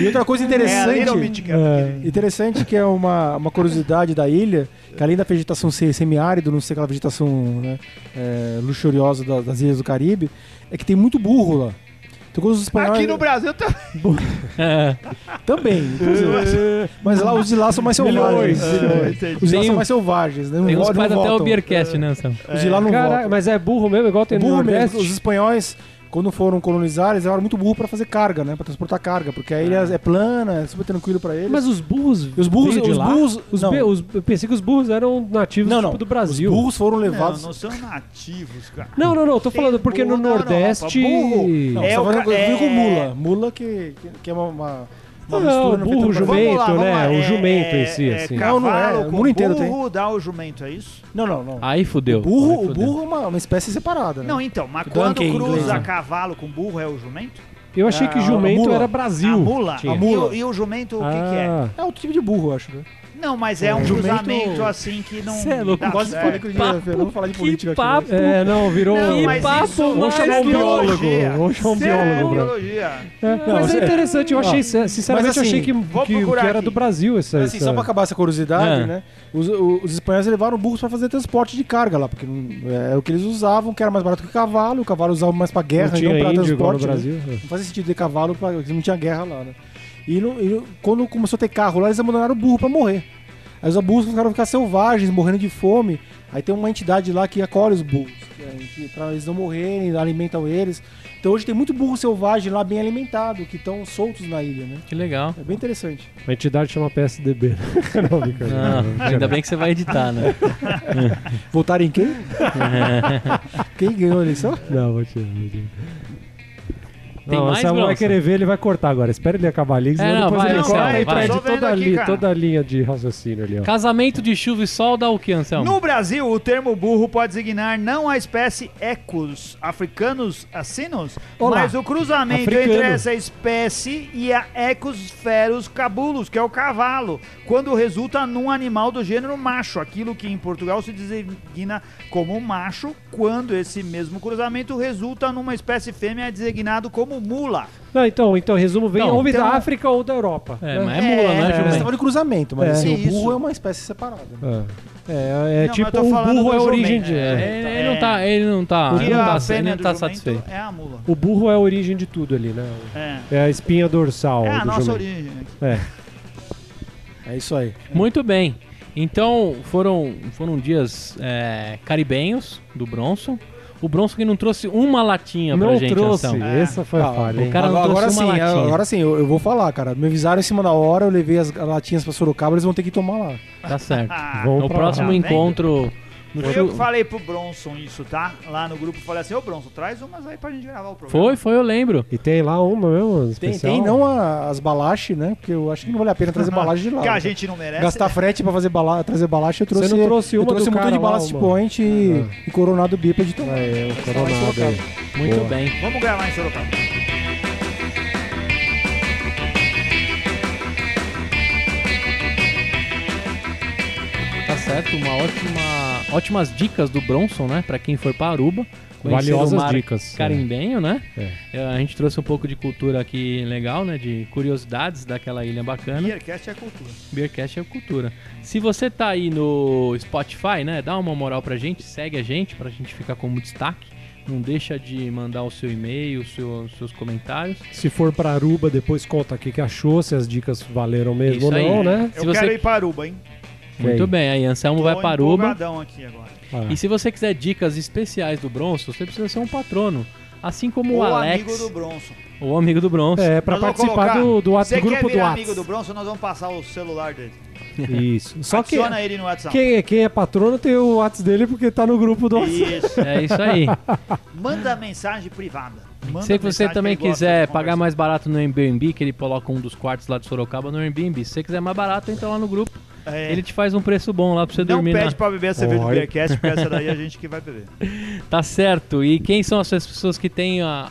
E outra coisa É a Little interessante, Beach, que é pequenininha. interessante que é uma, uma curiosidade da ilha, que além da vegetação ser semiárido, não ser aquela vegetação né, é, luxuriosa da- das ilhas do Caribe, é que tem muito burro lá. Então, quando os espanhóis... Aqui no Brasil tá. É. Também, inclusive. Mas lá os de lá são mais Milhões. selvagens. Ah, É, Os de lá Tem são um- mais selvagens, né? Não Tem uns que votam, faz não até o votam. Beercast, né, Sam? Os de lá não Caraca, votam. mas é burro mesmo, igual tem no Burro Nordeste. mesmo. Os espanhóis, quando foram colonizar, eles eram muito burro pra fazer carga, né? Pra transportar carga, porque a ilha é plana, é super tranquilo pra eles. Mas os burros. E os burros, veio de os lá? burros, Os não, be- os- eu pensei que os burros eram nativos Não, tipo, não. do Brasil. os burros foram Não, levados. não são nativos, cara. Não, não, não, eu tô Tem falando porque no burro na Europa, Nordeste. burro. Não, É só o fazendo ca- coisa- é- vem com mula. Mula que, que- que é uma, uma, uma mistura. não burro, feita no Brasil. jumento. né? O é- jumento em si, é assim. Não, não é, cavalo o com mundo inteiro tem. burro dá o jumento, é isso? Não, não, Ah, não. Aí fudeu. Burro, Aí o fudeu. burro é uma, uma espécie separada, né? Não, então, mas Donkey quando em inglês, cruza né? cavalo com burro é o jumento? Eu achei Ah, que a jumento mula. era a Brasil. mula? Tinha. A mula. E, o- e o jumento, o que, que é? Ah, É outro tipo de burro, eu acho, né? Não, mas é um Jumento- cruzamento assim que não. Cê é louco, dá Quase certo. falei com o Papo, Não vou falar de que política aqui, né? papo. É, não, virou. Não, Que mas papo isso mais Vamos chamar um biólogo. Vamos chamar um Isso é biólogo, Bruno. biologia. É, mas você- é interessante, eu achei, sinceramente, Mas eu achei assim, que, vou que, procurar que era aqui. do Brasil essa. Assim, só essa- pra acabar essa curiosidade, Ah. né? Os, o- os espanhóis levaram burros pra fazer transporte de carga lá, porque não- é o que eles usavam, que era mais barato que o cavalo, o cavalo usava mais pra guerra, não e não tinha pra índio igual no transporte. né? Brasil. Não fazia sentido ter cavalo, pra, porque não tinha guerra lá, né? E, não- e não- quando começou a ter carro lá, eles abandonaram o burro pra morrer. Aí os burros começaram a ficar selvagens, morrendo de fome. Aí tem uma entidade lá que acolhe os burros, que é- que pra eles não morrerem, alimentam eles. Então hoje tem muito burro selvagem lá, bem alimentado, que estão soltos na ilha, né? Que legal. *laughs* É bem interessante. A entidade chama PSDB. né? *laughs* Não, brincadeira. Não, Ah, ainda bem que você vai editar, né? *laughs* Votarem em *laughs* quem? Quem ganhou a eleição? Não, vou tirar. Vou tirar. Tem não, mais, se não vai Bronson? querer ver, ele vai cortar agora. Espera ele acabar ali, que É, senão não, depois vai, ele não, corta vai, e vai. perde Tô vendo toda, a aqui, li- cara. toda a linha de raciocínio ali, ó. Casamento de chuva e sol dá o que, Anselmo? No Brasil, o termo burro pode designar não a espécie Equus africanos assinos, Olá. mas o cruzamento Africano. entre essa espécie e a Equus ferus cabulus, que é o cavalo, quando resulta num animal do gênero macho, aquilo que em Portugal se designa como macho, quando esse mesmo cruzamento resulta numa espécie fêmea designado como mula. Não, então, então, resumo, vem Não, ou então- da África ou da Europa. É, né? mas é mula, É, né, É, você jumento? tava de cruzamento, mas É. assim, Isso. o burro é uma espécie separada. né? É, é, é Não, tipo, mas eu tô o falando burro do é a origem jumento. de... É. Ele, ele não tá, ele não tá, E ele não a tá, fêmea ele não do tá jumento satisfeito. É a mula. O burro é a origem de tudo ali, né? É, É a espinha dorsal É a do nossa jumento. origem. né? É. É isso aí. Muito bem. Então, foram, foram dias é, caribenhos do Bronson. O Bronson que não trouxe uma latinha pra Não gente, trouxe. Anselmo. É. Essa foi a Ah, falha, o hein? cara- não agora, agora trouxe sim, uma latinha. agora sim, eu, eu vou falar, cara. Me avisaram em cima da hora, eu levei as latinhas pra Sorocaba, eles vão ter que tomar lá. Tá *laughs* certo. Ah, Vamos No pra lá. próximo Tá encontro... No Foi eu chu- que né? falei pro Bronson isso, tá? Lá no grupo eu falei assim, ô Bronson, traz umas aí pra gente gravar o programa. Foi, foi, eu lembro. E tem lá uma mesmo, Tem, especial? tem não a- as balaches, né? Porque eu acho que não vale a pena trazer balache de lá. *laughs* Que a né? gente não merece. Gastar frete pra fazer bala trazer balache, eu trouxe. Você não trouxe eu uma trouxe do um montão cara de lá, balaço de uma? point e, e coronado bípede também. É, o coronado Sorocaba. aí. Muito Boa. bem. Vamos gravar em Sorocaba. Tá certo, uma ótima, ótimas dicas do Bronson, né? Pra quem for para Aruba. Conhecer o Valiosas mar dicas. Carimbenho, né? É, A gente trouxe um pouco de cultura aqui legal, né? De curiosidades daquela ilha bacana. Beercast é cultura. Beercast é cultura. Se você tá aí no Spotify, né? Dá uma moral pra gente, segue a gente pra gente ficar como destaque. Não deixa de mandar o seu e-mail, os seu- seus comentários. Se for pra Aruba, depois conta aqui que achou, se as dicas valeram mesmo ou Isso aí. não, né? Se Eu você- quero ir para Aruba, hein? Muito Bem. bem, aí Anselmo Tô vai para Aruba. empolgadão aqui agora. Ah. E se você quiser dicas especiais do Bronson, você precisa ser um patrono. Assim como o, Ou amigo Alex, do Bronson. o amigo do Bronson. É, pra Nós vamos participar colocar- do, do Você WhatsApp, quer grupo do virar amigo do WhatsApp. Bronson, nós vamos passar o celular dele. Isso. Só que Adiciona então. ele no WhatsApp. quem é, quem é patrono tem o WhatsApp dele porque tá no grupo do WhatsApp. Isso. É isso aí. Manda mensagem privada. Manda Se você mensagem também que ele gosta quiser de pagar conversar. mais barato no Airbnb, que ele coloca um dos quartos lá de Sorocaba no Airbnb. Se você quiser mais barato, entra lá no grupo. É. Ele né? te faz um preço bom lá pra você Não dormir. pede na- pra beber a cerveja do Olha. Beercast, porque essa daí é a gente que vai beber. Tá certo. E quem são as pessoas que têm a- a-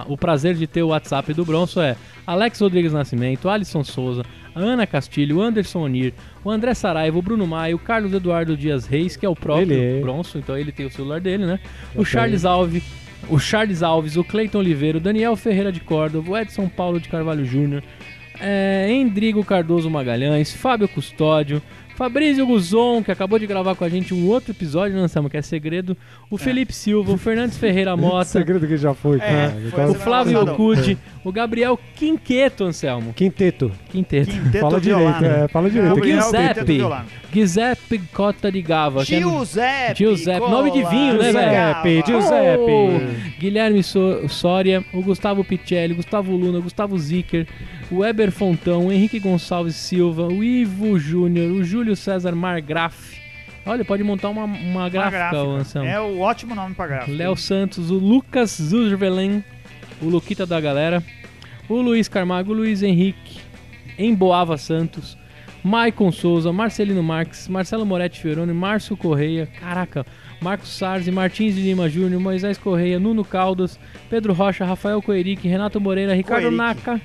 a- o prazer de ter o WhatsApp do Bronson é Alex Rodrigues Nascimento, Alisson Souza, a Ana Castilho, o Anderson Onir, o André Saraiva, o Bruno Maia, o Carlos Eduardo Dias Reis, que é o próprio Ele é. Bronson, então ele tem o celular dele, né? Eu O Charles Alves. O Charles Alves, o Cleiton Oliveira, o Daniel Ferreira de Córdova, o Edson Paulo de Carvalho Júnior, é, Endrigo Cardoso Magalhães, Fábio Custódio, Fabrício Guzon, que acabou de gravar com a gente um outro episódio, não sabemos que é segredo, o Felipe Silva, o Fernandes Ferreira Mota, Segredo que já foi, cara. É, foi Então, o essa- Flávio Não, não. Cude, o Gabriel Quinqueto, Anselmo, Quinteto. Quinteto, Quinteto né? Fala Violano. direito, é, fala direito. Gabriel Giuseppe. Quinteto Violano. Giuseppe Cota de Gava, que é no- Giuseppe. Giuseppe, nome de vinho, né, velho? Giuseppe, Giuseppe. Giuseppe. Oh, Guilherme So- Soria, o Gustavo Picelli, Gustavo Luna, Gustavo Zicker, o Weber Fontão, o Henrique Gonçalves Silva, o Ivo Júnior, o Júlio César Margraf. Olha, pode montar uma, uma Uma gráfica, o Anselmo. É o ótimo nome pra gráfica. Léo Santos, o Lucas Zuzervelen, o Luquita da Galera, o Luiz Carmago, o Luiz Henrique, Emboava Santos, Maicon Souza, Marcelino Marques, Marcelo Moretti Fioroni, Márcio Correia, caraca, Marcos Sarzi, Martins de Lima Júnior, Moisés Correia, Nuno Caldas, Pedro Rocha, Rafael Coeric, Renato Moreira, Ricardo Coeric. Naca,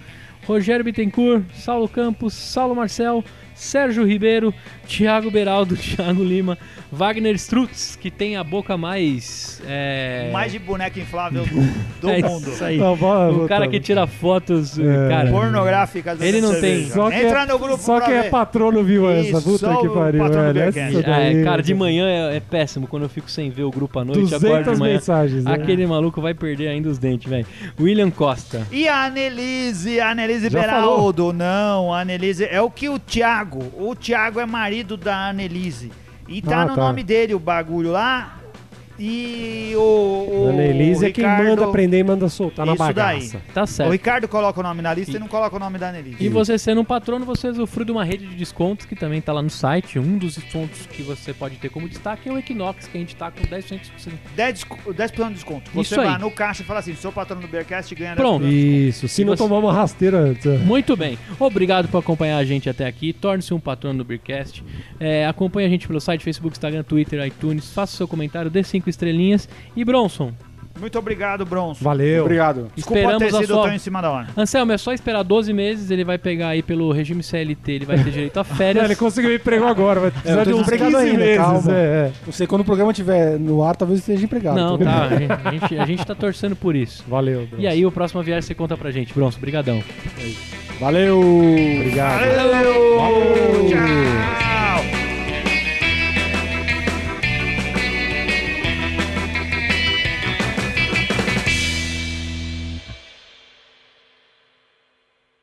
Rogério Bittencourt, Saulo Campos, Saulo Marcel, Sérgio Ribeiro, Thiago Beraldo, *laughs* Thiago Lima, Wagner Strutz, que tem a boca mais. É... Mais de *laughs* boneco inflável do, do é mundo. Isso aí. Tá bom, O cara tá que bom. tira fotos, É. cara. Pornográfica. do Ele não cerveja. tem. Só que Entra é, no grupo só pra quem é ver. patrono viu essa. Isso, Puta só que o pariu, patrono velho. Bearcast. essa Ah, é, daí- cara, de manhã é, é péssimo. Quando eu fico sem ver o grupo à noite, acordo 200 de manhã. mensagens. né? Aquele maluco vai perder ainda os dentes, velho. William Costa. E a Anelise, a Anelise Já Beraldo. Não, a Anelise é o que o Thiago. O Thiago é marido da Anelise. E tá Ah, no tá. nome dele o bagulho lá. E o. o Ana Elise é quem Ricardo- manda prender e manda soltar na Isso daí. bagaça. Tá O certo. Ricardo coloca o nome na lista e, E- não coloca o nome da Anelise. E você sendo um patrono, você usufrui de uma rede de descontos que também tá lá no site. Um dos descontos que você pode ter como destaque é o Equinox, que a gente tá com 10% de 10%, desco- 10% de desconto. Você Isso aí. vai no caixa e fala assim: sou patrão do Bearcast e ganha 10% Pronto. de Isso, se E não você- tomar uma rasteira antes. é. Muito bem. Obrigado por acompanhar a gente até aqui. Torne-se um patrono do Beercast. É, acompanhe a gente pelo site, Facebook, Instagram, Twitter, iTunes. Faça seu comentário, dê cinco estrelinhas. E Bronson, desconto. Muito obrigado, Bronson. Valeu. Obrigado. Desculpa esperamos ter a sido sua... tão em cima da hora. Anselmo, é só esperar 12 meses, ele vai pegar aí pelo regime CLT, ele vai ter direito *laughs* a Não, ele é férias. conseguiu emprego agora, vai precisar É, eu tô de uns 15 desempregado ainda, meses. calma. é, é. Não sei, quando o programa estiver no ar, talvez eu esteja empregado. Não, Tô- tá, a gente, a gente tá torcendo por isso. Valeu. Bruno. E aí, o próximo viagem você conta pra gente. Bronson, brigadão. Valeu! Obrigado. Valeu! Tchau!